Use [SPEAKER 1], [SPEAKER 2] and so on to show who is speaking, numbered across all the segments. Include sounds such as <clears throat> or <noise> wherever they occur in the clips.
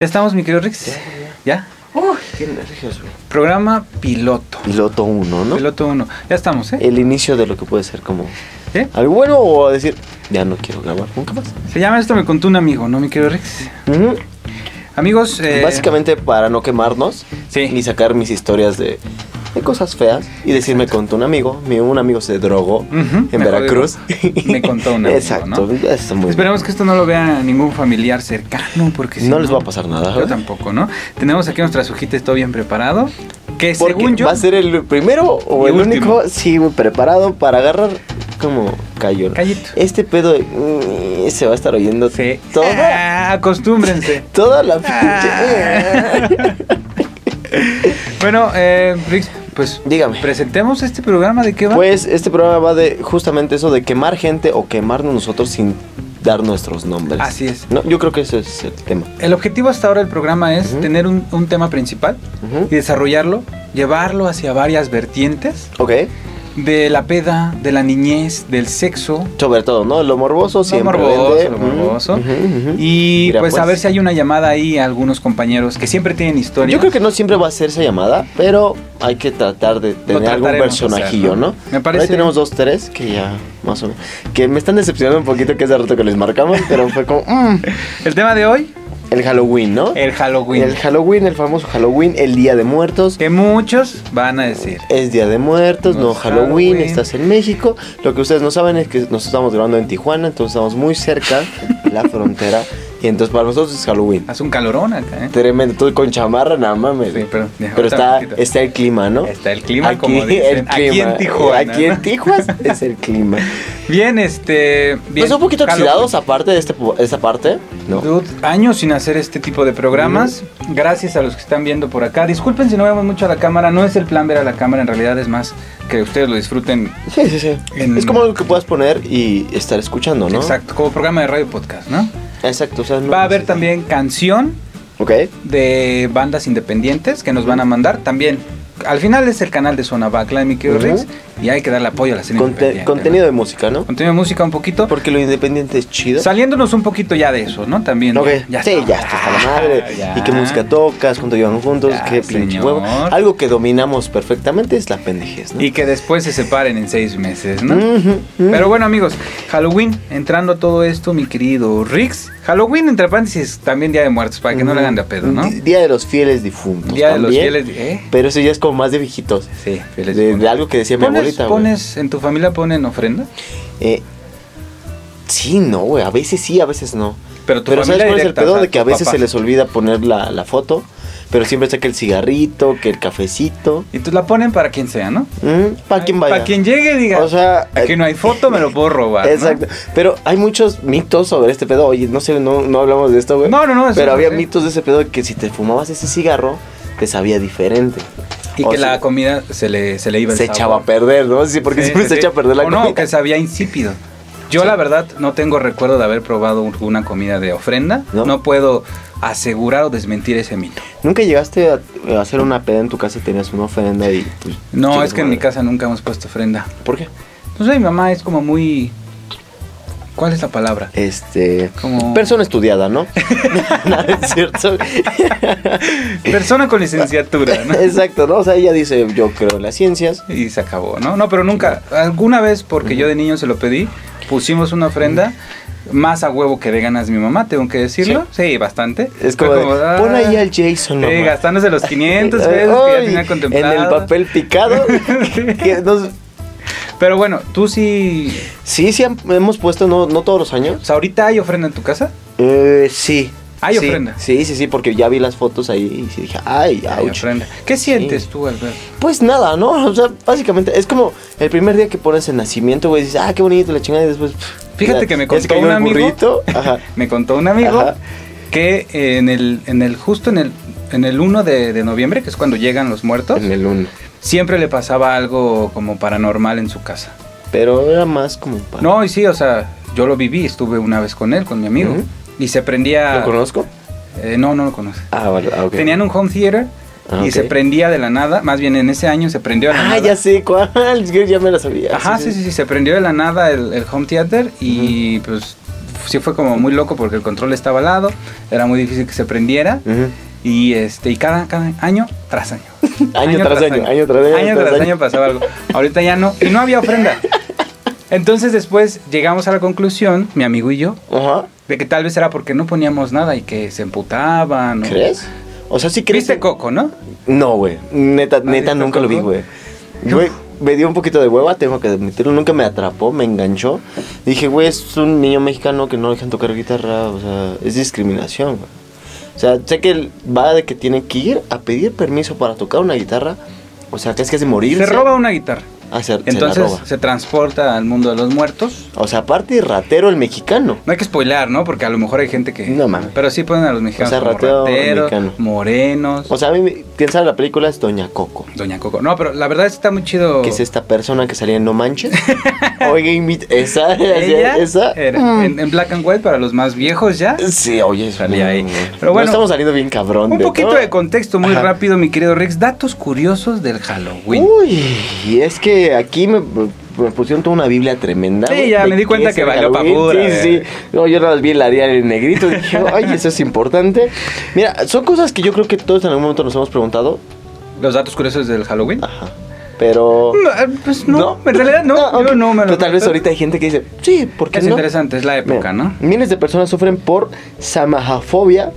[SPEAKER 1] Ya estamos, mi querido Rix. Ya. ¿Ya?
[SPEAKER 2] Uy, qué nervios, güey.
[SPEAKER 1] Programa piloto.
[SPEAKER 2] Piloto 1, ¿no?
[SPEAKER 1] Piloto 1. Ya estamos, ¿eh?
[SPEAKER 2] El inicio de lo que puede ser como
[SPEAKER 1] ¿Eh?
[SPEAKER 2] algo bueno o decir, ya no quiero grabar nunca más.
[SPEAKER 1] Se llama Esto me contó un amigo, ¿no, mi querido Rix?
[SPEAKER 2] Ujú.
[SPEAKER 1] Amigos, eh,
[SPEAKER 2] Básicamente para no quemarnos
[SPEAKER 1] Sí.
[SPEAKER 2] ni sacar mis historias de, de cosas feas y decirme contó un amigo, mi, un amigo se drogó en
[SPEAKER 1] mejor
[SPEAKER 2] Veracruz.
[SPEAKER 1] digo, me contó un amigo,
[SPEAKER 2] Exacto,
[SPEAKER 1] ¿no?
[SPEAKER 2] eso está muy
[SPEAKER 1] esperemos que esto no lo vea ningún familiar cercano, porque si
[SPEAKER 2] No les va a pasar nada,
[SPEAKER 1] Yo
[SPEAKER 2] ¿verdad?
[SPEAKER 1] tampoco, ¿no? Tenemos aquí nuestras hojitas todo bien preparado. Que
[SPEAKER 2] Porque
[SPEAKER 1] según yo.
[SPEAKER 2] ¿Va a ser el primero o
[SPEAKER 1] Y
[SPEAKER 2] el
[SPEAKER 1] último.
[SPEAKER 2] único? Sí, güey, preparado para agarrar como cayó.
[SPEAKER 1] Callito.
[SPEAKER 2] Este pedo mm, se va a estar oyendo
[SPEAKER 1] Sí.
[SPEAKER 2] toda,
[SPEAKER 1] Ah, acostúmbrense.
[SPEAKER 2] toda la
[SPEAKER 1] Ah.
[SPEAKER 2] pinche.
[SPEAKER 1] Bueno, eh, Rix, pues
[SPEAKER 2] Dígame.
[SPEAKER 1] presentemos este programa de qué va.
[SPEAKER 2] Pues este programa va de justamente eso de quemar gente o quemarnos nosotros sin dar nuestros nombres.
[SPEAKER 1] Así es.
[SPEAKER 2] No, yo creo que ese es el tema.
[SPEAKER 1] El objetivo hasta ahora del programa es
[SPEAKER 2] Ujú.
[SPEAKER 1] tener un, un tema principal
[SPEAKER 2] Ujú.
[SPEAKER 1] y desarrollarlo, llevarlo hacia varias vertientes
[SPEAKER 2] Ok.
[SPEAKER 1] de la peda, de la niñez, del sexo
[SPEAKER 2] Sobre todo, ¿no? Lo morboso siempre.
[SPEAKER 1] morboso,
[SPEAKER 2] vende.
[SPEAKER 1] lo
[SPEAKER 2] Ujú,
[SPEAKER 1] morboso.
[SPEAKER 2] ujú, ujú.
[SPEAKER 1] y
[SPEAKER 2] Mira,
[SPEAKER 1] pues, a ver si hay una llamada ahí a algunos compañeros que siempre tienen historia.
[SPEAKER 2] Yo creo que no siempre va a ser esa llamada, pero hay que tratar de tener algún
[SPEAKER 1] trataremos, o
[SPEAKER 2] personajillo,
[SPEAKER 1] sea, ¿no?
[SPEAKER 2] ¿no?
[SPEAKER 1] Me parece-
[SPEAKER 2] Ahí tenemos dos, tres que ya, más o menos. Que me están decepcionando un poquito que es de rato que les marcamos, pero fue como. <laughs> mm,
[SPEAKER 1] El tema de hoy,
[SPEAKER 2] el Halloween, ¿no?
[SPEAKER 1] el Halloween.
[SPEAKER 2] El Halloween, el famoso Halloween, el Día de Muertos.
[SPEAKER 1] que muchos van a decir.
[SPEAKER 2] Es Día de Muertos,
[SPEAKER 1] No
[SPEAKER 2] no,
[SPEAKER 1] es
[SPEAKER 2] Halloween,
[SPEAKER 1] Halloween.
[SPEAKER 2] estás en México. Lo que ustedes no saben es que nosotros estamos grabando en Tijuana, entonces estamos muy cerca la frontera. Y entonces para nosotros es Halloween.
[SPEAKER 1] Hace un calorón acá, ¿eh?
[SPEAKER 2] Tremendo, todo con chamarra, nada mames.
[SPEAKER 1] Sí, pero-
[SPEAKER 2] Pero está,
[SPEAKER 1] ahorita-
[SPEAKER 2] está el clima, ¿no?
[SPEAKER 1] Está el clima, como dicen.
[SPEAKER 2] el
[SPEAKER 1] Aquí en
[SPEAKER 2] clima.
[SPEAKER 1] Tijuana,
[SPEAKER 2] Aquí
[SPEAKER 1] ¿no?
[SPEAKER 2] en Tijuana es
[SPEAKER 1] <laughs>
[SPEAKER 2] el clima.
[SPEAKER 1] Bien, este. Bien,
[SPEAKER 2] Pues un poquito
[SPEAKER 1] Halloween.
[SPEAKER 2] oxidados aparte de este, po- esta parte. No.
[SPEAKER 1] Dude, años sin hacer este tipo de programas. Gracias a los que están viendo por acá. Disculpen si no vemos mucho a la cámara. No es el plan ver a la cámara, en realidad es más que ustedes lo disfruten.
[SPEAKER 2] Sí, sí, sí.
[SPEAKER 1] En-
[SPEAKER 2] Es como algo que puedas poner y estar escuchando, ¿no?
[SPEAKER 1] Exacto, como programa de radio podcast, ¿no?
[SPEAKER 2] Exacto. o sea, no-
[SPEAKER 1] Va a haber también canción
[SPEAKER 2] Ok.
[SPEAKER 1] de bandas independientes que nos van a mandar también. Al final es el canal de Zona Backline, mi querido
[SPEAKER 2] Ujú.
[SPEAKER 1] Riggs, y hay que darle apoyo a la escena
[SPEAKER 2] Conte-
[SPEAKER 1] independiente, ¿no?
[SPEAKER 2] contenido de música, ¿no?
[SPEAKER 1] Contenido de música un poquito.
[SPEAKER 2] Porque lo independiente es chido.
[SPEAKER 1] Saliéndonos un poquito ya de eso, ¿no? También.
[SPEAKER 2] Ok,
[SPEAKER 1] ya está.
[SPEAKER 2] sí,
[SPEAKER 1] Ah,
[SPEAKER 2] ya está hasta la madre.
[SPEAKER 1] Ya.
[SPEAKER 2] ¿Y qué música tocas? ¿Cuánto llevan juntos?
[SPEAKER 1] Ya,
[SPEAKER 2] ¿Qué pinche
[SPEAKER 1] señor.
[SPEAKER 2] huevo? Algo que dominamos perfectamente es la pendejez, ¿no?
[SPEAKER 1] Y que después se separen en seis meses, ¿no?
[SPEAKER 2] Ujú, ujú.
[SPEAKER 1] Pero bueno, amigos, Halloween, entrando a todo esto, mi querido Rix. Halloween, entre paréntesis, también Día de Muertos, para que no le hagan de a pedo, ¿no?
[SPEAKER 2] Di- Día de los fieles difuntos.
[SPEAKER 1] Día de los
[SPEAKER 2] Mm. Pues también,
[SPEAKER 1] fieles. ¿eh?
[SPEAKER 2] Pero eso ya es como más de viejitos.
[SPEAKER 1] Sí, fieles.
[SPEAKER 2] De, de algo que decía mi
[SPEAKER 1] ¿Pones,
[SPEAKER 2] abuelita, güey.
[SPEAKER 1] pones, en tu familia ponen ofrenda?
[SPEAKER 2] Eh, sí, no, güey. A veces sí, a veces no.
[SPEAKER 1] Pero tu
[SPEAKER 2] Pero ¿sabes
[SPEAKER 1] familia
[SPEAKER 2] cuál es el
[SPEAKER 1] directa, o
[SPEAKER 2] pedo?
[SPEAKER 1] sea,
[SPEAKER 2] De que a
[SPEAKER 1] tus
[SPEAKER 2] veces se
[SPEAKER 1] papás.
[SPEAKER 2] les olvida poner la, la foto, pero siempre está que el cigarrito, que el cafecito.
[SPEAKER 1] Y tú la ponen para quien sea, ¿no?
[SPEAKER 2] Para quien vaya.
[SPEAKER 1] Para quien llegue y diga,
[SPEAKER 2] O sea,
[SPEAKER 1] aquí
[SPEAKER 2] eh,
[SPEAKER 1] no hay foto, me lo puedo robar. ¿no?
[SPEAKER 2] Exacto. Pero hay muchos mitos sobre este pedo. Oye, no sé, no, no hablamos de esto, güey.
[SPEAKER 1] No, no, no, eso
[SPEAKER 2] Pero
[SPEAKER 1] no
[SPEAKER 2] había
[SPEAKER 1] sé.
[SPEAKER 2] mitos de ese pedo que si te fumabas ese cigarro, te sabía diferente.
[SPEAKER 1] Y
[SPEAKER 2] O
[SPEAKER 1] que la
[SPEAKER 2] si-
[SPEAKER 1] comida se le, se le iba el
[SPEAKER 2] se
[SPEAKER 1] sabor.
[SPEAKER 2] echaba a perder, ¿no? Sí, porque
[SPEAKER 1] Sí,
[SPEAKER 2] siempre
[SPEAKER 1] sí,
[SPEAKER 2] se
[SPEAKER 1] sí.
[SPEAKER 2] echa a perder la
[SPEAKER 1] O
[SPEAKER 2] comida.
[SPEAKER 1] no, que sabía insípido. Yo
[SPEAKER 2] Sí.
[SPEAKER 1] la verdad no tengo recuerdo de haber probado alguna comida de ofrenda. ¿No?
[SPEAKER 2] ¿No?
[SPEAKER 1] puedo asegurar o desmentir ese mito.
[SPEAKER 2] ¿Nunca llegaste a, a hacer una peda en tu casa y tenías una ofrenda y... pues,
[SPEAKER 1] No,
[SPEAKER 2] chingas
[SPEAKER 1] es que en
[SPEAKER 2] madre?
[SPEAKER 1] mi casa nunca hemos puesto ofrenda.
[SPEAKER 2] ¿Por qué?
[SPEAKER 1] No sé, mi mamá es como muy... ¿Cuál es la
[SPEAKER 2] <laughs>
[SPEAKER 1] palabra?
[SPEAKER 2] Este...
[SPEAKER 1] Como-
[SPEAKER 2] Persona estudiada,
[SPEAKER 1] <laughs>
[SPEAKER 2] ¿no? <laughs> no, es cierto.
[SPEAKER 1] Persona con licenciatura, ¿no?
[SPEAKER 2] Exacto, ¿no? O sea, ella dice, yo creo en las ciencias.
[SPEAKER 1] Y se acabó, ¿no? No, pero nunca, alguna vez, porque yo de niño se lo pedí, pusimos una ofrenda más a huevo que de ganas mi mamá, tengo que decirlo. Sí, bastante.
[SPEAKER 2] Es
[SPEAKER 1] Fue
[SPEAKER 2] como, de,
[SPEAKER 1] ah,
[SPEAKER 2] pon ahí al Jason,
[SPEAKER 1] Sí,
[SPEAKER 2] mamá".
[SPEAKER 1] gastándose
[SPEAKER 2] <laughs>
[SPEAKER 1] los 500 pesos que ya
[SPEAKER 2] Ay,
[SPEAKER 1] tenía
[SPEAKER 2] En
[SPEAKER 1] contemplado.
[SPEAKER 2] el papel
[SPEAKER 1] <laughs>
[SPEAKER 2] picado. que nos-
[SPEAKER 1] Pero bueno, tú sí.
[SPEAKER 2] sí, sí han- hemos puesto, no, no todos los años.
[SPEAKER 1] O sea, ahorita hay ofrenda en tu casa.
[SPEAKER 2] Eh, sí.
[SPEAKER 1] Hay
[SPEAKER 2] Sí,
[SPEAKER 1] ofrenda.
[SPEAKER 2] Sí, sí, sí, porque ya vi las fotos ahí y sí dije, ay,
[SPEAKER 1] Hay
[SPEAKER 2] ouch.
[SPEAKER 1] ofrenda. ¿Qué sientes tú al ver?
[SPEAKER 2] Pues nada, ¿no? O sea, básicamente es como el primer día que pones el nacimiento, güey, dices, ah, qué bonito, la chingada, y después. pff,
[SPEAKER 1] Fíjate
[SPEAKER 2] ya-
[SPEAKER 1] que me
[SPEAKER 2] ya se
[SPEAKER 1] contó
[SPEAKER 2] cayó
[SPEAKER 1] un
[SPEAKER 2] el
[SPEAKER 1] amigo.
[SPEAKER 2] burrito, Ajá.
[SPEAKER 1] Me contó un amigo
[SPEAKER 2] Ajá.
[SPEAKER 1] que en el, en el justo en el, en el 1 de, de noviembre, que es cuando llegan los muertos,
[SPEAKER 2] En el uno.
[SPEAKER 1] siempre le pasaba algo como paranormal en su casa.
[SPEAKER 2] Pero era más como para.
[SPEAKER 1] No, y sí, o sea, yo lo viví, estuve una vez con él, con mi amigo.
[SPEAKER 2] Ujú.
[SPEAKER 1] Y se prendía.
[SPEAKER 2] ¿Lo conozco?
[SPEAKER 1] Eh, no, no lo conoce.
[SPEAKER 2] Ah, vale, ah, ok.
[SPEAKER 1] Tenían un home theater
[SPEAKER 2] Ah,
[SPEAKER 1] y
[SPEAKER 2] ok.
[SPEAKER 1] se prendía de la nada. Más bien en ese año se prendió de la
[SPEAKER 2] Ah,
[SPEAKER 1] nada.
[SPEAKER 2] ya sé cuál. <laughs> Yo ya me la sabía.
[SPEAKER 1] Ajá, sí, sí, sí, se prendió de la nada el, el home theater y pues sí fue como muy loco porque el control estaba al lado, era muy difícil que se prendiera.
[SPEAKER 2] Ujú.
[SPEAKER 1] Y este, y cada, cada año tras año.
[SPEAKER 2] <laughs> Año tras año, año tras año,
[SPEAKER 1] Año tras año pasaba algo. Ahorita ya no. Y no había
[SPEAKER 2] <laughs>
[SPEAKER 1] ofrenda. Entonces después llegamos a la conclusión, mi amigo y yo,
[SPEAKER 2] Ajá.
[SPEAKER 1] de que tal vez era porque no poníamos nada y que se emputaban. o-
[SPEAKER 2] ¿Crees? O sea, sí crees.
[SPEAKER 1] ¿Viste Coco, no?
[SPEAKER 2] No, güey. Neta, neta,
[SPEAKER 1] ¿viste
[SPEAKER 2] nunca lo vi,
[SPEAKER 1] Coco?
[SPEAKER 2] güey. Güey, me dio un poquito de hueva, tengo que admitirlo. Nunca me atrapó, me enganchó. Dije, güey, es un niño mexicano que no le dejan tocar guitarra. O sea, es discriminación, güey. O sea, sé que va de que tiene que ir a pedir permiso para tocar una guitarra. O sea, que es que hace morir.
[SPEAKER 1] Se roba una guitarra.
[SPEAKER 2] Ah, Entonces,
[SPEAKER 1] Entonces se transporta al mundo de los muertos.
[SPEAKER 2] O sea, aparte, ratero el mexicano.
[SPEAKER 1] No hay que spoilar, ¿no? Porque a lo mejor hay gente que...
[SPEAKER 2] No mames.
[SPEAKER 1] Pero sí ponen a los mexicanos
[SPEAKER 2] O sea,
[SPEAKER 1] como
[SPEAKER 2] rateo
[SPEAKER 1] rateros,
[SPEAKER 2] mexicano.
[SPEAKER 1] morenos,
[SPEAKER 2] O sea, a mí, me- ¿quién sabe la película? Es Doña Coco.
[SPEAKER 1] Doña Coco. No, pero la verdad está muy chido.
[SPEAKER 2] que es <laughs> esta persona que salía en No Manches.
[SPEAKER 1] <laughs>
[SPEAKER 2] oye, imita- esa,
[SPEAKER 1] Ella
[SPEAKER 2] esa.
[SPEAKER 1] era
[SPEAKER 2] Mm.
[SPEAKER 1] en, en black and white para los más viejos ya.
[SPEAKER 2] Sí, oye, es
[SPEAKER 1] Salía
[SPEAKER 2] muy-
[SPEAKER 1] ahí. Pero
[SPEAKER 2] No
[SPEAKER 1] bueno,
[SPEAKER 2] estamos saliendo bien cabrón.
[SPEAKER 1] Un poquito
[SPEAKER 2] todo.
[SPEAKER 1] de contexto muy
[SPEAKER 2] Ajá. Uh.
[SPEAKER 1] rápido, mi querido Rex. Datos curiosos del Halloween.
[SPEAKER 2] Uy, y es que aquí me, me pusieron toda una biblia tremenda.
[SPEAKER 1] Sí,
[SPEAKER 2] güey,
[SPEAKER 1] ya
[SPEAKER 2] de
[SPEAKER 1] me di
[SPEAKER 2] qué
[SPEAKER 1] cuenta
[SPEAKER 2] es
[SPEAKER 1] que
[SPEAKER 2] el
[SPEAKER 1] valió eh. pa'
[SPEAKER 2] Halloween.
[SPEAKER 1] pura,
[SPEAKER 2] Sí, sí.
[SPEAKER 1] güey.
[SPEAKER 2] No, yo nada más vi el Arial en negrito y
[SPEAKER 1] <laughs>
[SPEAKER 2] dije, ay, eso es importante. Mira, son cosas que yo creo que todos en algún momento nos hemos preguntado.
[SPEAKER 1] Los datos curiosos del Halloween.
[SPEAKER 2] Ajá. Pero.
[SPEAKER 1] No, eh, pues no, en realidad no.
[SPEAKER 2] Ah, ok.
[SPEAKER 1] Yo no me lo
[SPEAKER 2] Pero tal vez ahorita hay gente que dice, sí, ¿por qué
[SPEAKER 1] Es
[SPEAKER 2] no?
[SPEAKER 1] interesante, es la época,
[SPEAKER 2] Mira,
[SPEAKER 1] ¿no?
[SPEAKER 2] Miles de personas sufren por samajafobia.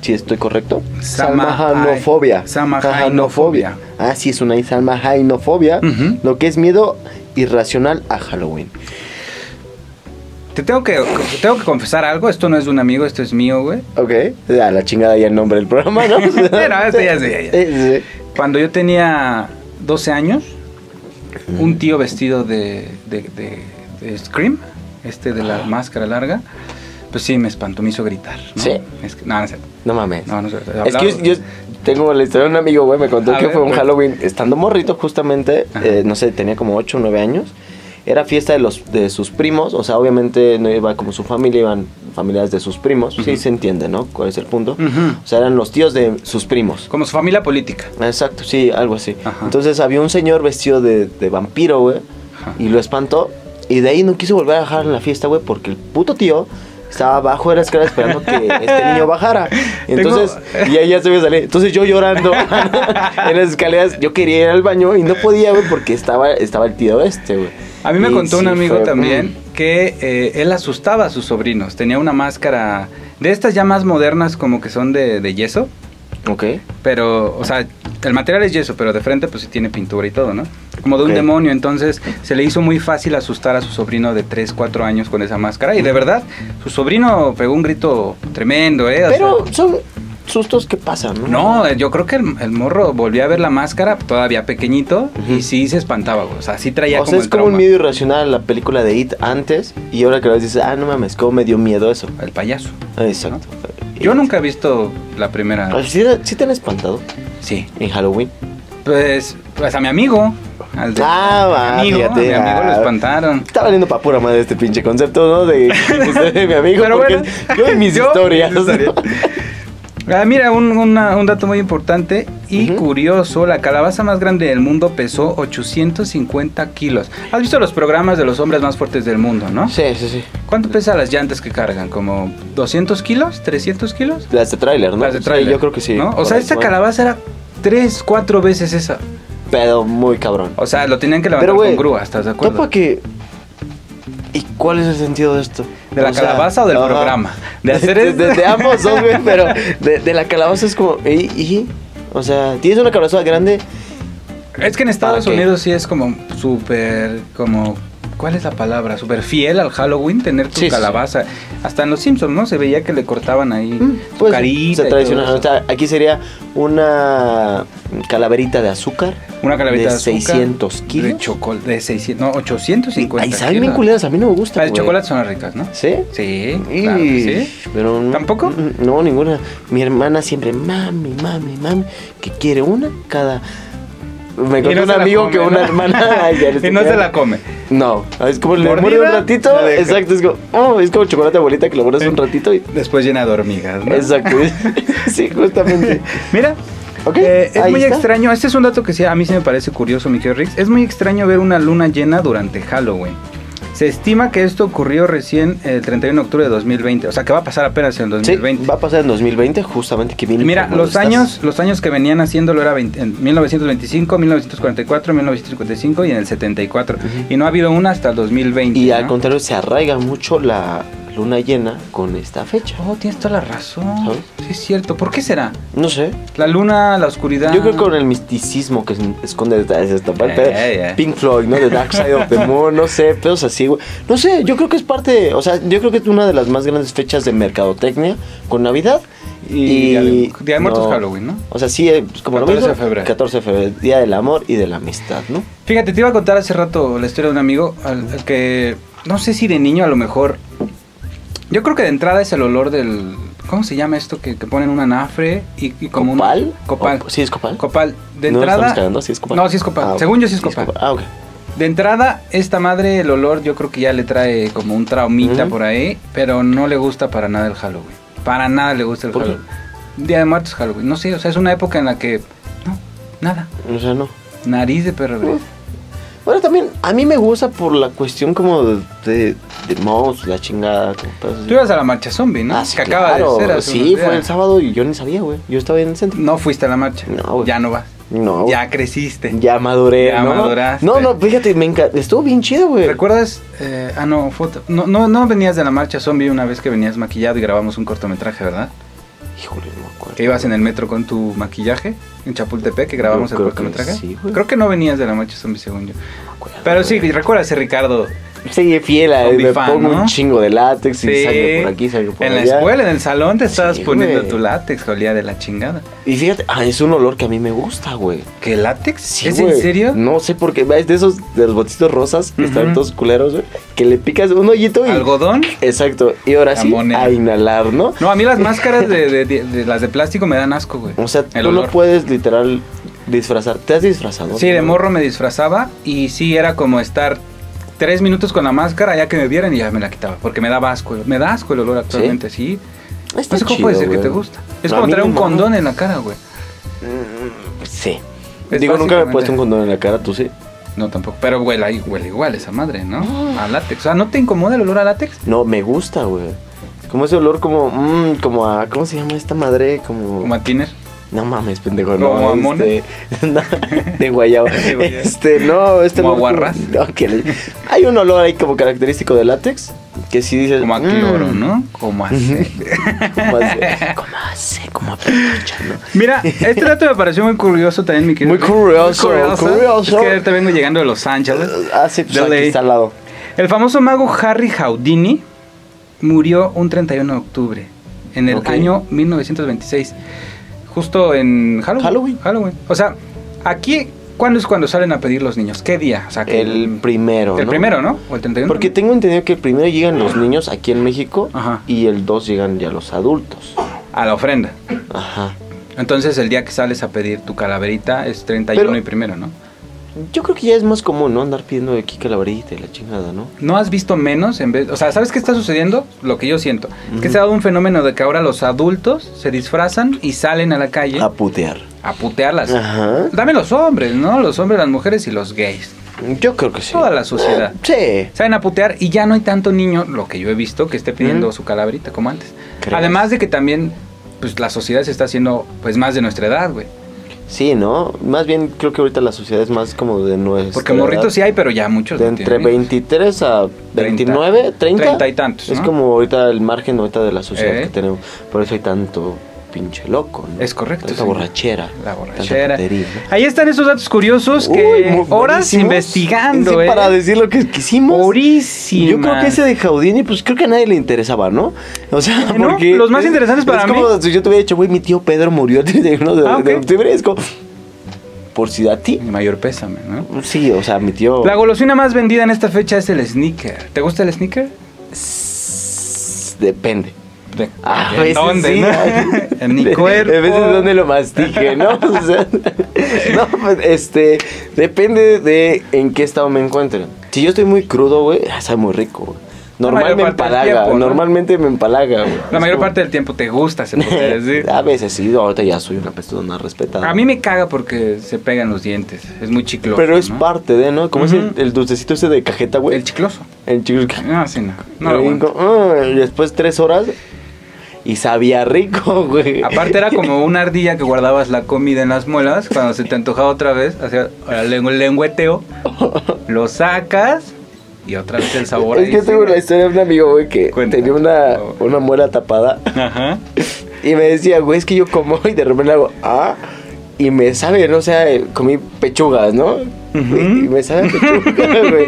[SPEAKER 2] Si estoy correcto.
[SPEAKER 1] Sama- Samajainofobia.
[SPEAKER 2] Samajanofobia. Samajainofobia. Ah, sí, es una samajainofobia.
[SPEAKER 1] Ujú.
[SPEAKER 2] Lo que es miedo irracional a Halloween.
[SPEAKER 1] Te tengo que, tengo que confesar algo. Esto no es de un amigo, esto es mío, güey.
[SPEAKER 2] Ok. A la chingada ya el nombre del
[SPEAKER 1] <laughs>
[SPEAKER 2] programa, ¿no?
[SPEAKER 1] Pero eso este ya, sí, ya,
[SPEAKER 2] <laughs>
[SPEAKER 1] ya.
[SPEAKER 2] Sí, sí, sí.
[SPEAKER 1] Cuando yo tenía 12 años, un tío vestido de, de, de- de Scream, este de
[SPEAKER 2] Ah.
[SPEAKER 1] la máscara larga, pues sí, me espantó, me hizo gritar. ¿no?
[SPEAKER 2] ¿Sí?
[SPEAKER 1] Es que- no, no es cierto.
[SPEAKER 2] No mames.
[SPEAKER 1] No, no es cierto.
[SPEAKER 2] Es que
[SPEAKER 1] Hablaba-
[SPEAKER 2] yo, yo tengo la historia de un amigo, güey, me contó
[SPEAKER 1] A
[SPEAKER 2] que
[SPEAKER 1] ver,
[SPEAKER 2] fue un
[SPEAKER 1] pues.
[SPEAKER 2] Halloween, estando morrito justamente,
[SPEAKER 1] Ajá.
[SPEAKER 2] eh, no sé, tenía como 8 o 9 años, era fiesta de, los, de sus primos, o sea, obviamente no iba como su familia, iban familiares de sus primos, sí
[SPEAKER 1] Ujú.
[SPEAKER 2] se entiende, ¿no? ¿Cuál es el punto?
[SPEAKER 1] Ujú.
[SPEAKER 2] O sea, eran los tíos de sus primos.
[SPEAKER 1] Como su familia política.
[SPEAKER 2] Exacto, sí, algo así.
[SPEAKER 1] Ajá.
[SPEAKER 2] Entonces había un señor vestido de, de vampiro, güey,
[SPEAKER 1] Ajá.
[SPEAKER 2] y lo espantó, y de ahí no quiso volver a bajar en la fiesta, güey, porque el puto tío... Estaba abajo de la escalera esperando que
[SPEAKER 1] <laughs>
[SPEAKER 2] este niño bajara. Y
[SPEAKER 1] Tengo-
[SPEAKER 2] Entonces, y ella se me salía. Entonces yo llorando <laughs> en las escaleras, yo quería ir al baño y no podía, güey, porque estaba, estaba el tío este, güey.
[SPEAKER 1] A mí me
[SPEAKER 2] Y
[SPEAKER 1] contó un
[SPEAKER 2] sí
[SPEAKER 1] amigo
[SPEAKER 2] fue,
[SPEAKER 1] también que eh, él asustaba a sus sobrinos. Tenía una máscara de estas ya más modernas, como que son de, de yeso.
[SPEAKER 2] mm, Ok.
[SPEAKER 1] Pero, o sea, el material es yeso, pero de frente pues sí tiene pintura y todo, ¿no? Como de un
[SPEAKER 2] Ok.
[SPEAKER 1] demonio, entonces se le hizo muy fácil asustar a su sobrino de 3, 4 años con esa máscara. Y de verdad, su sobrino pegó un grito tremendo, ¿eh? O
[SPEAKER 2] Pero
[SPEAKER 1] sea,
[SPEAKER 2] son sustos que pasan, ¿no?
[SPEAKER 1] no, yo creo que el, el morro volvió a ver la máscara todavía pequeñito
[SPEAKER 2] Ujú.
[SPEAKER 1] y sí se espantaba, o sea, sí traía
[SPEAKER 2] O
[SPEAKER 1] como
[SPEAKER 2] sea, es
[SPEAKER 1] el
[SPEAKER 2] como un
[SPEAKER 1] trauma.
[SPEAKER 2] miedo irracional a la película de It antes y ahora que lo ves dices, ah, no mames, cómo me dio miedo eso.
[SPEAKER 1] El payaso.
[SPEAKER 2] Exacto.
[SPEAKER 1] Yo nunca he visto la primera.
[SPEAKER 2] Ah, ¿Sí, sí te han espantado
[SPEAKER 1] Sí.
[SPEAKER 2] en Halloween?
[SPEAKER 1] Pues, pues a mi amigo. Al de-
[SPEAKER 2] Ah, va,
[SPEAKER 1] amigo, a mi
[SPEAKER 2] fíjate,
[SPEAKER 1] amigo lo
[SPEAKER 2] ah.
[SPEAKER 1] espantaron.
[SPEAKER 2] Está valiendo pa' pura madre este pinche concepto, ¿no? De usted es mi amigo.
[SPEAKER 1] Pero
[SPEAKER 2] porque
[SPEAKER 1] bueno.
[SPEAKER 2] Yo y
[SPEAKER 1] <laughs>
[SPEAKER 2] mis
[SPEAKER 1] Yo y
[SPEAKER 2] historias.
[SPEAKER 1] mis historias. Ah, mira, un, una- un dato muy importante y
[SPEAKER 2] Ujú.
[SPEAKER 1] curioso. La calabaza más grande del mundo pesó 850 kilos. ¿Has visto los programas de los hombres más fuertes del mundo, no?
[SPEAKER 2] Sí, sí, sí.
[SPEAKER 1] ¿Cuánto pesan las llantas que cargan? ¿Como 200 kilos? ¿300 kilos?
[SPEAKER 2] Las de tráiler, ¿no?
[SPEAKER 1] Las de
[SPEAKER 2] Sí,
[SPEAKER 1] tráiler,
[SPEAKER 2] yo creo que sí.
[SPEAKER 1] ¿no? O sea,
[SPEAKER 2] correcto.
[SPEAKER 1] esta calabaza era 3, 4 veces esa.
[SPEAKER 2] Pero muy cabrón.
[SPEAKER 1] O sea, lo tenían que levantar
[SPEAKER 2] Pero, güey,
[SPEAKER 1] con grúa, ¿estás de acuerdo?
[SPEAKER 2] Topa que... ¿Y cuál es el sentido de esto?
[SPEAKER 1] ¿De la calabaza o del programa? De
[SPEAKER 2] <laughs> De,
[SPEAKER 1] hacer
[SPEAKER 2] de,
[SPEAKER 1] es-
[SPEAKER 2] de- de ambos dos, güey, pero de, de la calabaza es como... ¿Y? y? O sea, tienes una calabaza grande...
[SPEAKER 1] <laughs> Es que en Estados
[SPEAKER 2] ¿Para qué?
[SPEAKER 1] Unidos sí es como súper, como, ¿cuál es la palabra? Súper fiel al Halloween, tener tu
[SPEAKER 2] Sí, sí,
[SPEAKER 1] calabaza. Hasta en los Simpsons, ¿no? Se veía que le cortaban ahí su
[SPEAKER 2] Pues,
[SPEAKER 1] Mm, carita. y
[SPEAKER 2] o sea,
[SPEAKER 1] todo
[SPEAKER 2] tradicional.
[SPEAKER 1] eso.
[SPEAKER 2] O sea, aquí sería una calaverita de azúcar.
[SPEAKER 1] Una calaverita de, azúcar,
[SPEAKER 2] 600 kilos.
[SPEAKER 1] De chocolate, de 600, no, 850
[SPEAKER 2] Ay, saben bien
[SPEAKER 1] kilos.
[SPEAKER 2] culeras, a mí no me gusta.
[SPEAKER 1] Las de
[SPEAKER 2] güey.
[SPEAKER 1] chocolate son las ricas, ¿no?
[SPEAKER 2] ¿Sí?
[SPEAKER 1] Sí, claro que sí.
[SPEAKER 2] Y- Pero no- mm,
[SPEAKER 1] ¿Tampoco?
[SPEAKER 2] No, ninguna. Mi hermana siempre, mami, mami, mami, que quiere una cada. Me
[SPEAKER 1] Y no
[SPEAKER 2] contó un
[SPEAKER 1] se la
[SPEAKER 2] amigo
[SPEAKER 1] come,
[SPEAKER 2] que una
[SPEAKER 1] ¿no?
[SPEAKER 2] hermana. <laughs> Ay, ya
[SPEAKER 1] <laughs>
[SPEAKER 2] le
[SPEAKER 1] y
[SPEAKER 2] estoy
[SPEAKER 1] no se
[SPEAKER 2] quedando.
[SPEAKER 1] la come.
[SPEAKER 2] No, es como le
[SPEAKER 1] ¿Mordida?
[SPEAKER 2] muerde un ratito.
[SPEAKER 1] La deja.
[SPEAKER 2] Exacto, es como, oh, es como chocolate abuelita que lo muerdes un ratito y.
[SPEAKER 1] Después llena de hormigas, ¿no?
[SPEAKER 2] Exacto. <laughs> sí,
[SPEAKER 1] <laughs>
[SPEAKER 2] justamente.
[SPEAKER 1] Mira,
[SPEAKER 2] Ok,
[SPEAKER 1] eh, es
[SPEAKER 2] ahí
[SPEAKER 1] muy
[SPEAKER 2] está.
[SPEAKER 1] extraño. Este es un dato que sí, a mí se me parece curioso, mi querido Rix. Es muy extraño ver una luna llena durante Halloween. Se estima que esto ocurrió recién el 31 de octubre de 2020, o sea que va a pasar apenas en
[SPEAKER 2] Sí,
[SPEAKER 1] 2020.
[SPEAKER 2] va a pasar en 2020, justamente que viene.
[SPEAKER 1] Y Mira,
[SPEAKER 2] informado
[SPEAKER 1] los
[SPEAKER 2] estás.
[SPEAKER 1] años, los años que venían haciéndolo era 20 en 1925, 1944, 1955 y en el 74. Y no ha habido una hasta el 2020.
[SPEAKER 2] Y al
[SPEAKER 1] ¿no?
[SPEAKER 2] contrario, se arraiga mucho la luna llena con esta fecha.
[SPEAKER 1] Oh, tienes toda la razón.
[SPEAKER 2] ¿Sabes?
[SPEAKER 1] Sí, es cierto. ¿Por qué será?
[SPEAKER 2] No sé.
[SPEAKER 1] La luna, la oscuridad.
[SPEAKER 2] Yo creo que con el misticismo que se esconde detrás de esta parte.
[SPEAKER 1] Eh, eh.
[SPEAKER 2] Pink Floyd, ¿no? The Dark Side of the Moon, no sé, pedos así, güey. No sé, yo creo que es parte, de- o sea, yo creo que es una de las más grandes fechas de mercadotecnia con Navidad.
[SPEAKER 1] Y
[SPEAKER 2] Y,
[SPEAKER 1] Día de- Día de Muertos,
[SPEAKER 2] no.
[SPEAKER 1] Halloween, ¿no?
[SPEAKER 2] O sea, sí, eh, pues, como lo
[SPEAKER 1] 14 de
[SPEAKER 2] mismo,
[SPEAKER 1] febrero.
[SPEAKER 2] 14 de febrero, Día del Amor y de la Amistad, ¿no?
[SPEAKER 1] Fíjate, te iba a contar hace rato la historia de un amigo al, al que no sé si de niño a lo mejor. Yo creo que de entrada es el olor del. ¿Cómo se llama esto? Que, que ponen un anafre y, y como un-
[SPEAKER 2] ¿Copal?
[SPEAKER 1] Copal.
[SPEAKER 2] ¿O- sí es copal?
[SPEAKER 1] Copal. De
[SPEAKER 2] No,
[SPEAKER 1] entrada.
[SPEAKER 2] estamos cagando, sí es copal.
[SPEAKER 1] No, sí es copal.
[SPEAKER 2] Ah,
[SPEAKER 1] Según yo sí es
[SPEAKER 2] sí es
[SPEAKER 1] copal.
[SPEAKER 2] Ah, ok.
[SPEAKER 1] De entrada, esta madre, el olor, yo creo que ya le trae como un traumita
[SPEAKER 2] Ujú.
[SPEAKER 1] por ahí, pero no le gusta para nada el Halloween. Para nada le gusta el
[SPEAKER 2] ¿Por qué?
[SPEAKER 1] Halloween. Día de Muertos, Halloween. No sé, o sea, es una época en la que. No, nada.
[SPEAKER 2] O sea, no.
[SPEAKER 1] Nariz de perro. gris.
[SPEAKER 2] Bueno, también a mí me gusta por la cuestión como de, de, de monstruos, la chingada. como pedos así.
[SPEAKER 1] Tú ibas a la marcha zombie, ¿no?
[SPEAKER 2] Ah, sí,
[SPEAKER 1] que acaba
[SPEAKER 2] claro.
[SPEAKER 1] de ser. hace
[SPEAKER 2] Sí,
[SPEAKER 1] unos
[SPEAKER 2] fue el
[SPEAKER 1] días.
[SPEAKER 2] sábado y yo ni sabía, güey. Yo estaba en el centro.
[SPEAKER 1] No fuiste a la marcha.
[SPEAKER 2] No, güey.
[SPEAKER 1] Ya no vas.
[SPEAKER 2] No, güey.
[SPEAKER 1] Ya creciste.
[SPEAKER 2] Ya maduré,
[SPEAKER 1] Ya
[SPEAKER 2] ¿no?
[SPEAKER 1] maduraste.
[SPEAKER 2] No, no, fíjate, me encanta. Estuvo bien chido, güey.
[SPEAKER 1] ¿Recuerdas? eh, ah, no, foto. No, no, no venías de la marcha zombie una vez que venías maquillado y grabamos un cortometraje, ¿verdad?
[SPEAKER 2] Híjole, no me acuerdo.
[SPEAKER 1] Que ibas en el metro con tu maquillaje en Chapultepec, que grabamos
[SPEAKER 2] Yo
[SPEAKER 1] el
[SPEAKER 2] creo que
[SPEAKER 1] cortometraje.
[SPEAKER 2] sí, güey.
[SPEAKER 1] creo que no venías de la marcha zombie, según yo.
[SPEAKER 2] No me acuerdo,
[SPEAKER 1] Pero
[SPEAKER 2] güey.
[SPEAKER 1] sí, ¿recuerdas ese Ricardo?
[SPEAKER 2] Sí, fiel a
[SPEAKER 1] Zombie
[SPEAKER 2] Me
[SPEAKER 1] fan,
[SPEAKER 2] pongo
[SPEAKER 1] ¿no?
[SPEAKER 2] un chingo de látex y
[SPEAKER 1] Sí.
[SPEAKER 2] salgo por aquí, salgo por
[SPEAKER 1] En
[SPEAKER 2] allá.
[SPEAKER 1] la escuela, en el salón, te estabas
[SPEAKER 2] Sí,
[SPEAKER 1] poniendo
[SPEAKER 2] güey.
[SPEAKER 1] tu látex, olía de la chingada.
[SPEAKER 2] Y fíjate, ah, es un olor que a mí me gusta, güey.
[SPEAKER 1] ¿Qué látex?
[SPEAKER 2] Sí,
[SPEAKER 1] ¿Es en
[SPEAKER 2] güey.
[SPEAKER 1] serio?
[SPEAKER 2] No sé por qué. Es de esos, de los botitos rosas que
[SPEAKER 1] Ujú.
[SPEAKER 2] están todos culeros, güey. Que le picas un hoyito y.
[SPEAKER 1] ¿Algodón?
[SPEAKER 2] Exacto. Y ahora sí,
[SPEAKER 1] Camonera.
[SPEAKER 2] a inhalar, ¿no?
[SPEAKER 1] No, a mí las máscaras de, de- de- de- las de plástico me dan asco, güey.
[SPEAKER 2] O sea,
[SPEAKER 1] El
[SPEAKER 2] tú
[SPEAKER 1] olor.
[SPEAKER 2] no puedes literal disfrazar. ¿Te has disfrazado?
[SPEAKER 1] Sí, de
[SPEAKER 2] ¿No?
[SPEAKER 1] morro me disfrazaba y sí era como estar tres minutos con la máscara ya que me vieran y ya me la quitaba, porque me daba asco. Me da asco el olor actualmente, sí.
[SPEAKER 2] Está
[SPEAKER 1] No sé cómo
[SPEAKER 2] chido,
[SPEAKER 1] puede ser que
[SPEAKER 2] güey.
[SPEAKER 1] te gusta. Es
[SPEAKER 2] No,
[SPEAKER 1] como
[SPEAKER 2] a mí
[SPEAKER 1] traer
[SPEAKER 2] no
[SPEAKER 1] un
[SPEAKER 2] mames.
[SPEAKER 1] condón en la cara, güey.
[SPEAKER 2] Sí.
[SPEAKER 1] Es
[SPEAKER 2] Digo, nunca me
[SPEAKER 1] básicamente-
[SPEAKER 2] he puesto un condón en la cara, tú sí.
[SPEAKER 1] No, tampoco. Pero huele, ahí, huele igual esa madre, ¿no?
[SPEAKER 2] Ah.
[SPEAKER 1] A látex. O sea, ¿no te incomoda el olor a látex?
[SPEAKER 2] No, me gusta, güey. Como ese olor como, mm, como a, ¿cómo se llama esta madre? Como,
[SPEAKER 1] Como a tiner.
[SPEAKER 2] no mames, pendejo,
[SPEAKER 1] ¿Como
[SPEAKER 2] no,
[SPEAKER 1] a mona?
[SPEAKER 2] este, <laughs> no,
[SPEAKER 1] <laughs>
[SPEAKER 2] de guayaba,
[SPEAKER 1] De guayaba.
[SPEAKER 2] este, no, este
[SPEAKER 1] ¿Como a
[SPEAKER 2] olor <laughs>
[SPEAKER 1] guarras?
[SPEAKER 2] no, que le- hay un olor ahí como característico de látex, que sí dices,
[SPEAKER 1] Como a
[SPEAKER 2] mm,
[SPEAKER 1] cloro, ¿no? Como a
[SPEAKER 2] Como
[SPEAKER 1] <laughs>
[SPEAKER 2] hace, como hace, como a pincha, ¿no?
[SPEAKER 1] Mira, este dato me pareció muy curioso también, mi querido.
[SPEAKER 2] Muy curioso, curioso.
[SPEAKER 1] Es que ahorita vengo llegando de Los Ángeles.
[SPEAKER 2] Ah, sí, pues
[SPEAKER 1] De
[SPEAKER 2] aquí
[SPEAKER 1] ley.
[SPEAKER 2] está al lado.
[SPEAKER 1] El famoso mago Harry Houdini murió un 31 de octubre en el
[SPEAKER 2] Ok.
[SPEAKER 1] año 1926, justo en Halloween.
[SPEAKER 2] Halloween.
[SPEAKER 1] O sea, aquí, ¿cuándo es cuando salen a pedir los niños? ¿Qué día? O sea, que
[SPEAKER 2] El primero,
[SPEAKER 1] el
[SPEAKER 2] ¿no?
[SPEAKER 1] primero, ¿no? O el 31.
[SPEAKER 2] Porque tengo entendido que primero llegan los niños aquí en México
[SPEAKER 1] Ajá.
[SPEAKER 2] y el 2 llegan ya los adultos.
[SPEAKER 1] A la ofrenda.
[SPEAKER 2] Ajá.
[SPEAKER 1] Entonces, el día que sales a pedir tu calaverita es 31
[SPEAKER 2] Pero-
[SPEAKER 1] y primero, ¿no?
[SPEAKER 2] Yo creo que ya es más común, ¿no? Andar pidiendo de aquí calaverita y la chingada, ¿no?
[SPEAKER 1] ¿No has visto menos en vez... O sea, ¿sabes qué está sucediendo? Lo que yo siento. Es que
[SPEAKER 2] Ujú.
[SPEAKER 1] se ha dado un fenómeno de que ahora los adultos se disfrazan y salen a la calle
[SPEAKER 2] A
[SPEAKER 1] a,
[SPEAKER 2] putear.
[SPEAKER 1] putearlas.
[SPEAKER 2] Ajá.
[SPEAKER 1] Dame los hombres, ¿no? Los hombres, las mujeres y los gays.
[SPEAKER 2] Yo creo que sí.
[SPEAKER 1] Toda la sociedad.
[SPEAKER 2] Sí.
[SPEAKER 1] Saben a putear y ya no hay tanto niño, lo que yo he visto, que esté pidiendo
[SPEAKER 2] Mm.
[SPEAKER 1] su calabrita como antes.
[SPEAKER 2] ¿Crees?
[SPEAKER 1] Además de que también, pues la sociedad se está haciendo, pues más de nuestra edad, güey.
[SPEAKER 2] Sí, ¿no? Más bien creo que ahorita la sociedad es más como de nuestra.
[SPEAKER 1] Porque morritos sí hay, pero ya muchos.
[SPEAKER 2] De
[SPEAKER 1] no
[SPEAKER 2] entre
[SPEAKER 1] tienen ¿eh? hijos.
[SPEAKER 2] 23 a 29, 30.
[SPEAKER 1] 30 y tantos,
[SPEAKER 2] Es
[SPEAKER 1] ¿no?
[SPEAKER 2] como ahorita el margen ahorita de la sociedad
[SPEAKER 1] Eh.
[SPEAKER 2] que tenemos. Por eso hay tanto pinche loco, ¿no?
[SPEAKER 1] Es correcto,
[SPEAKER 2] Tanta
[SPEAKER 1] sí.
[SPEAKER 2] borrachera.
[SPEAKER 1] La
[SPEAKER 2] Tanta
[SPEAKER 1] borrachera.
[SPEAKER 2] putería, ¿no?
[SPEAKER 1] Ahí están esos datos curiosos
[SPEAKER 2] Uy,
[SPEAKER 1] que
[SPEAKER 2] muy
[SPEAKER 1] horas
[SPEAKER 2] buenísimos.
[SPEAKER 1] investigando,
[SPEAKER 2] Sí,
[SPEAKER 1] ¿eh?
[SPEAKER 2] para decir lo que quisimos.
[SPEAKER 1] Purísimas.
[SPEAKER 2] Yo creo que ese de Houdini, pues creo que a nadie le interesaba, ¿no? O sea,
[SPEAKER 1] No,
[SPEAKER 2] porque...
[SPEAKER 1] los más
[SPEAKER 2] es-
[SPEAKER 1] interesantes para
[SPEAKER 2] es como si yo te hubiera dicho, güey, mi tío Pedro murió el 31 de,
[SPEAKER 1] Ah,
[SPEAKER 2] de
[SPEAKER 1] ok.
[SPEAKER 2] octubre. Es como... Por si a ti...
[SPEAKER 1] Mi mayor pésame, ¿no?
[SPEAKER 2] Sí, o sea, mi tío...
[SPEAKER 1] La golosina más vendida en esta fecha es el sneaker. ¿Te gusta el sneaker?
[SPEAKER 2] S- pues, Depende.
[SPEAKER 1] De-
[SPEAKER 2] A
[SPEAKER 1] ¿en
[SPEAKER 2] veces
[SPEAKER 1] dónde,
[SPEAKER 2] sí,
[SPEAKER 1] no?
[SPEAKER 2] ¿no?
[SPEAKER 1] Ah, <laughs>
[SPEAKER 2] <laughs>
[SPEAKER 1] en mi cuerpo.
[SPEAKER 2] A veces donde lo mastique, ¿no? <laughs> O sea, no, pues, este, depende de en qué estado me encuentre. Si yo estoy muy crudo, güey, ah, sabe muy rico, güey. Normal me
[SPEAKER 1] mayor parte del
[SPEAKER 2] empalaga,
[SPEAKER 1] tiempo, ¿no?
[SPEAKER 2] normalmente me empalaga, güey.
[SPEAKER 1] La
[SPEAKER 2] Es
[SPEAKER 1] mayor
[SPEAKER 2] como-
[SPEAKER 1] parte del tiempo te gusta, se
[SPEAKER 2] <laughs>
[SPEAKER 1] puede decir.
[SPEAKER 2] A veces sí, ahorita ya soy una persona respetada.
[SPEAKER 1] A mí me caga porque se pegan los dientes. Es muy chicloso.
[SPEAKER 2] Pero es
[SPEAKER 1] ¿no?
[SPEAKER 2] parte de, ¿no? Como es
[SPEAKER 1] Ujú.
[SPEAKER 2] el, el dulcecito ese de cajeta, güey.
[SPEAKER 1] El chicloso.
[SPEAKER 2] El chico-
[SPEAKER 1] No, sí, no. No lo
[SPEAKER 2] Y
[SPEAKER 1] aguanto.
[SPEAKER 2] como, "Ah", y después tres horas y sabía rico, <laughs> güey.
[SPEAKER 1] Aparte era como una ardilla que guardabas la comida en las muelas, cuando se te antojaba otra vez, hacía el lengu- lengüeteo, lo sacas y otra vez el sabor.
[SPEAKER 2] Es
[SPEAKER 1] ahí
[SPEAKER 2] que
[SPEAKER 1] se-
[SPEAKER 2] tengo una historia de un amigo, güey, que
[SPEAKER 1] Cuenta,
[SPEAKER 2] tenía
[SPEAKER 1] por
[SPEAKER 2] una,
[SPEAKER 1] favor.
[SPEAKER 2] una muela tapada
[SPEAKER 1] Ajá.
[SPEAKER 2] y me decía, güey, es que yo como y de repente le hago, ah, y me sabe, ¿no? O sea, eh, comí pechugas, ¿no?
[SPEAKER 1] Ujú.
[SPEAKER 2] Y me sabe a pechuga, <laughs> güey.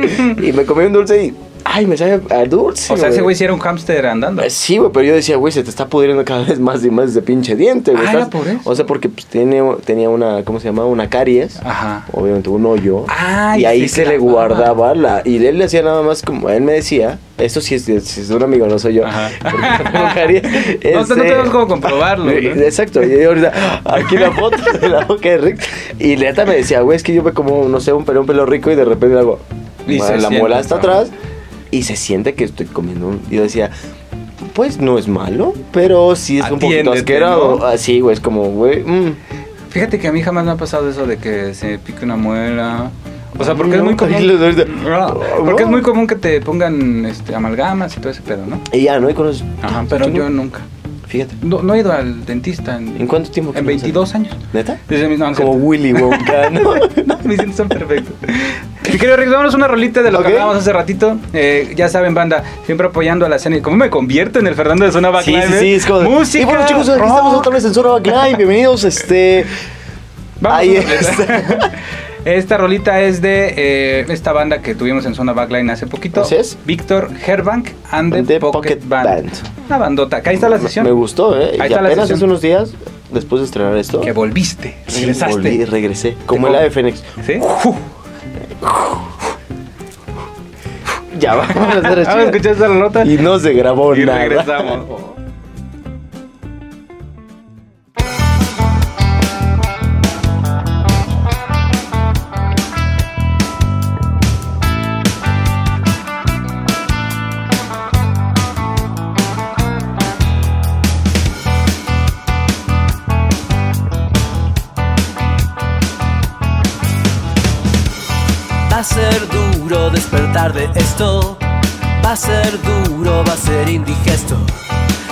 [SPEAKER 2] Y me comí un dulce y, ay, me sabe a dulce.
[SPEAKER 1] O sea, ese güey sí era un hámster andando.
[SPEAKER 2] Eh, Sí, güey, pero yo decía, güey, se te está pudriendo cada vez más y más ese pinche diente, güey.
[SPEAKER 1] Ah, era
[SPEAKER 2] ¿sabes?
[SPEAKER 1] por eso.
[SPEAKER 2] O sea, porque pues, tiene, tenía una, ¿cómo se llama? Una caries.
[SPEAKER 1] Ajá.
[SPEAKER 2] Obviamente un hoyo.
[SPEAKER 1] Ay,
[SPEAKER 2] y ahí
[SPEAKER 1] se
[SPEAKER 2] se le
[SPEAKER 1] clavaba.
[SPEAKER 2] guardaba la. Y él le hacía nada más como. Él me decía. Esto sí es, de- si es de un amigo, no soy yo.
[SPEAKER 1] Ajá.
[SPEAKER 2] <laughs> Porque no tengo
[SPEAKER 1] <laughs>
[SPEAKER 2] caries,
[SPEAKER 1] No, no tenemos cómo
[SPEAKER 2] <laughs>
[SPEAKER 1] comprobarlo, ¿no?
[SPEAKER 2] Exacto. Y yo ahorita. Aquí la foto <laughs> de la boca de Rick. Y neta me decía, güey, es que yo me como, no sé, un pelo, un pelo rico. Y de repente le hago.
[SPEAKER 1] Y se
[SPEAKER 2] la
[SPEAKER 1] siente,
[SPEAKER 2] muela hasta
[SPEAKER 1] ¿no?
[SPEAKER 2] atrás y se siente que estoy comiendo un... Yo decía, pues no es malo, pero sí es un poquito
[SPEAKER 1] Atiéndete,
[SPEAKER 2] asqueroso.
[SPEAKER 1] ¿no?
[SPEAKER 2] Así, güey, es como, güey, mm.
[SPEAKER 1] Fíjate que a mí jamás me ha pasado eso de que se pique una muela. O sea, porque es
[SPEAKER 2] No, <laughs>
[SPEAKER 1] muy
[SPEAKER 2] tranquilo,
[SPEAKER 1] común.
[SPEAKER 2] ahorita.
[SPEAKER 1] No, Porque es muy común que te pongan este, amalgamas y todo ese pedo, ¿no?
[SPEAKER 2] Y ya, ¿no? Y con los-
[SPEAKER 1] Ajá, pero yo nunca.
[SPEAKER 2] Fíjate.
[SPEAKER 1] No, no he ido al dentista en,
[SPEAKER 2] ¿En cuánto tiempo? que
[SPEAKER 1] en
[SPEAKER 2] no vas a-
[SPEAKER 1] 22 años.
[SPEAKER 2] ¿Neta?
[SPEAKER 1] Desde mis no, no es
[SPEAKER 2] Como
[SPEAKER 1] cierto.
[SPEAKER 2] Willy Wonka,
[SPEAKER 1] <laughs>
[SPEAKER 2] ¿no?
[SPEAKER 1] No, mis dientes son perfectos. Mi querido Rick, vámonos una rolita de lo
[SPEAKER 2] Ok.
[SPEAKER 1] que hablábamos hace ratito. Eh, ya saben, banda, siempre apoyando a la escena. ¿Cómo me convierto en el Fernando de Zona
[SPEAKER 2] sí,
[SPEAKER 1] Backline?
[SPEAKER 2] sí, sí, es como...
[SPEAKER 1] Música.
[SPEAKER 2] Y bueno, chicos, aquí
[SPEAKER 1] rock.
[SPEAKER 2] estamos otra vez en Zona Backline. Bienvenidos, este...
[SPEAKER 1] Vamos a
[SPEAKER 2] Ahí
[SPEAKER 1] una rolita.
[SPEAKER 2] está.
[SPEAKER 1] <laughs> Esta rolita es de eh, esta banda que tuvimos en Zona Backline hace poquito.
[SPEAKER 2] Así es.
[SPEAKER 1] Víctor Herbank and the,
[SPEAKER 2] The
[SPEAKER 1] Pocket,
[SPEAKER 2] Pocket
[SPEAKER 1] Band.
[SPEAKER 2] Band.
[SPEAKER 1] Una bandota. Que ahí está la sesión.
[SPEAKER 2] Me gustó, ¿eh?
[SPEAKER 1] Ahí
[SPEAKER 2] Y
[SPEAKER 1] está la
[SPEAKER 2] apenas
[SPEAKER 1] sesión.
[SPEAKER 2] hace unos días, después de estrenar esto...
[SPEAKER 1] Que volviste.
[SPEAKER 2] sí,
[SPEAKER 1] regresaste.
[SPEAKER 2] volví, regresé. Como el
[SPEAKER 1] vol-
[SPEAKER 2] ave Fénix.
[SPEAKER 1] ¿Sí? Ah, <laughs>
[SPEAKER 2] Ya, vamos a hacer
[SPEAKER 1] Ahora escuchar esa rolota.
[SPEAKER 2] Y no se grabó
[SPEAKER 1] y
[SPEAKER 2] nada.
[SPEAKER 1] regresamos.
[SPEAKER 3] Va a ser duro despertar de esto. Va a ser duro, va a ser indigesto.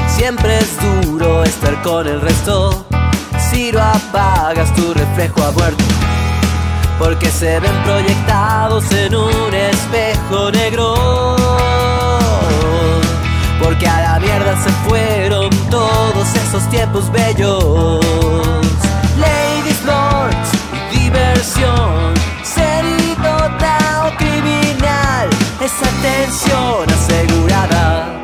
[SPEAKER 3] Siempre es duro estar con el resto. Si lo apagas, tu reflejo ha muerto. Porque se ven proyectados en un espejo negro. Porque a la mierda se fueron todos esos tiempos bellos. Ladies, lords y diversión. Ser idiota o criminal. Esa tensión asegurada.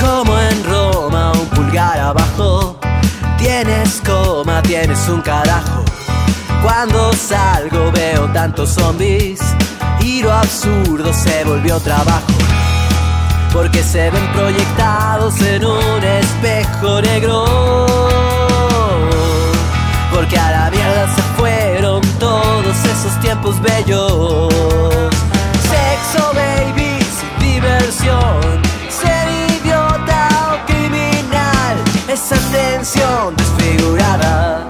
[SPEAKER 3] como en Roma, un pulgar abajo. Tienes coma, tienes un carajo. Cuando salgo veo tantos zombies y lo absurdo se volvió trabajo. Porque se ven proyectados en un espejo negro. Porque a la mierda se fueron todos esos tiempos bellos. Sexo, babies, y diversión. Ser idiota o criminal. Esa tensión desfigurada.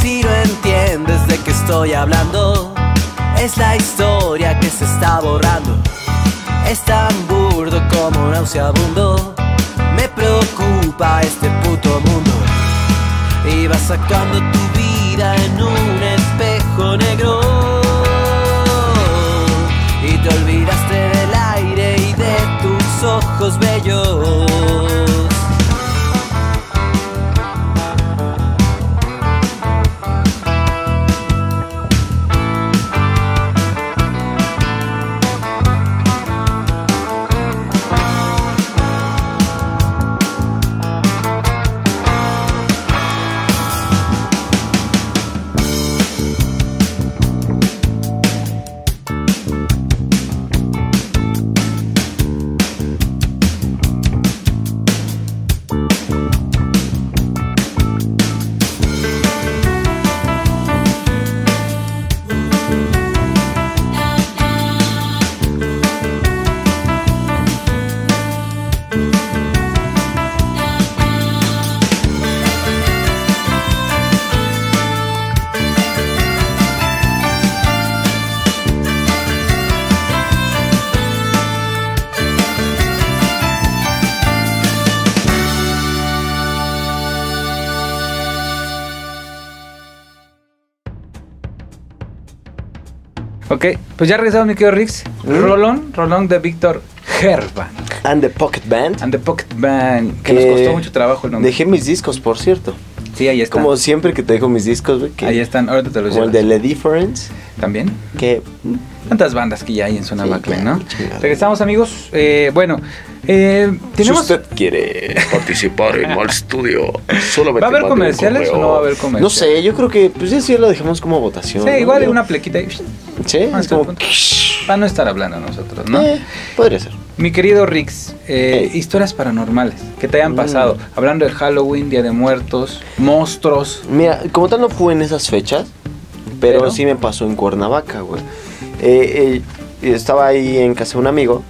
[SPEAKER 3] Si no entiendes de qué estoy hablando, es la historia que se está borrando. Es tan burdo como nauseabundo. Me preocupa este puto mundo. Y vas actuando tu vida en un espejo negro. Y te olvidaste del aire y de tus ojos bellos.
[SPEAKER 1] Ok, pues ya regresamos, mi querido Rix.
[SPEAKER 2] ¿Mm?
[SPEAKER 1] Rolón, Rolón de Víctor Gerban.
[SPEAKER 2] And the Pocket Band.
[SPEAKER 1] And the Pocket Band. Que, nos costó mucho trabajo el nombre.
[SPEAKER 2] Dejé mis discos, por cierto.
[SPEAKER 1] Sí, ahí están.
[SPEAKER 2] Como siempre que te dejo mis discos, güey. que-
[SPEAKER 1] ahí están, ahorita te los
[SPEAKER 2] Como el
[SPEAKER 1] llevas.
[SPEAKER 2] de The Difference.
[SPEAKER 1] También.
[SPEAKER 2] Que.
[SPEAKER 1] Tantas bandas que ya hay en zona
[SPEAKER 2] Sí,
[SPEAKER 1] Backline,
[SPEAKER 2] ya,
[SPEAKER 1] ¿no?
[SPEAKER 2] chingada.
[SPEAKER 1] Regresamos, amigos. Eh, bueno, eh, tenemos.
[SPEAKER 2] Si usted
[SPEAKER 4] quiere participar en Mal Studio, solamente
[SPEAKER 1] ¿Va a
[SPEAKER 4] mande
[SPEAKER 1] haber
[SPEAKER 4] un
[SPEAKER 1] comerciales o
[SPEAKER 4] correo.
[SPEAKER 1] no va a haber comerciales?
[SPEAKER 2] No sé, yo creo que. Pues ya sí lo dejamos como votación.
[SPEAKER 1] Sí,
[SPEAKER 2] ¿no?
[SPEAKER 1] igual
[SPEAKER 2] Yo-
[SPEAKER 1] una plequita ahí,
[SPEAKER 2] Sí,
[SPEAKER 1] Ah,
[SPEAKER 2] es
[SPEAKER 1] está
[SPEAKER 2] como.
[SPEAKER 1] bueno. Para no estar hablando nosotros, ¿no?
[SPEAKER 2] Eh, podría ser.
[SPEAKER 1] Mi querido Rix, eh,
[SPEAKER 2] Ey.
[SPEAKER 1] historias paranormales que te hayan
[SPEAKER 2] Mm.
[SPEAKER 1] pasado. Hablando de Halloween, Día de Muertos, monstruos.
[SPEAKER 2] Mira, como tal no fue en esas fechas, pero,
[SPEAKER 1] Pero.
[SPEAKER 2] sí me pasó en Cuernavaca, güey. Eh, eh, estaba ahí en casa de un amigo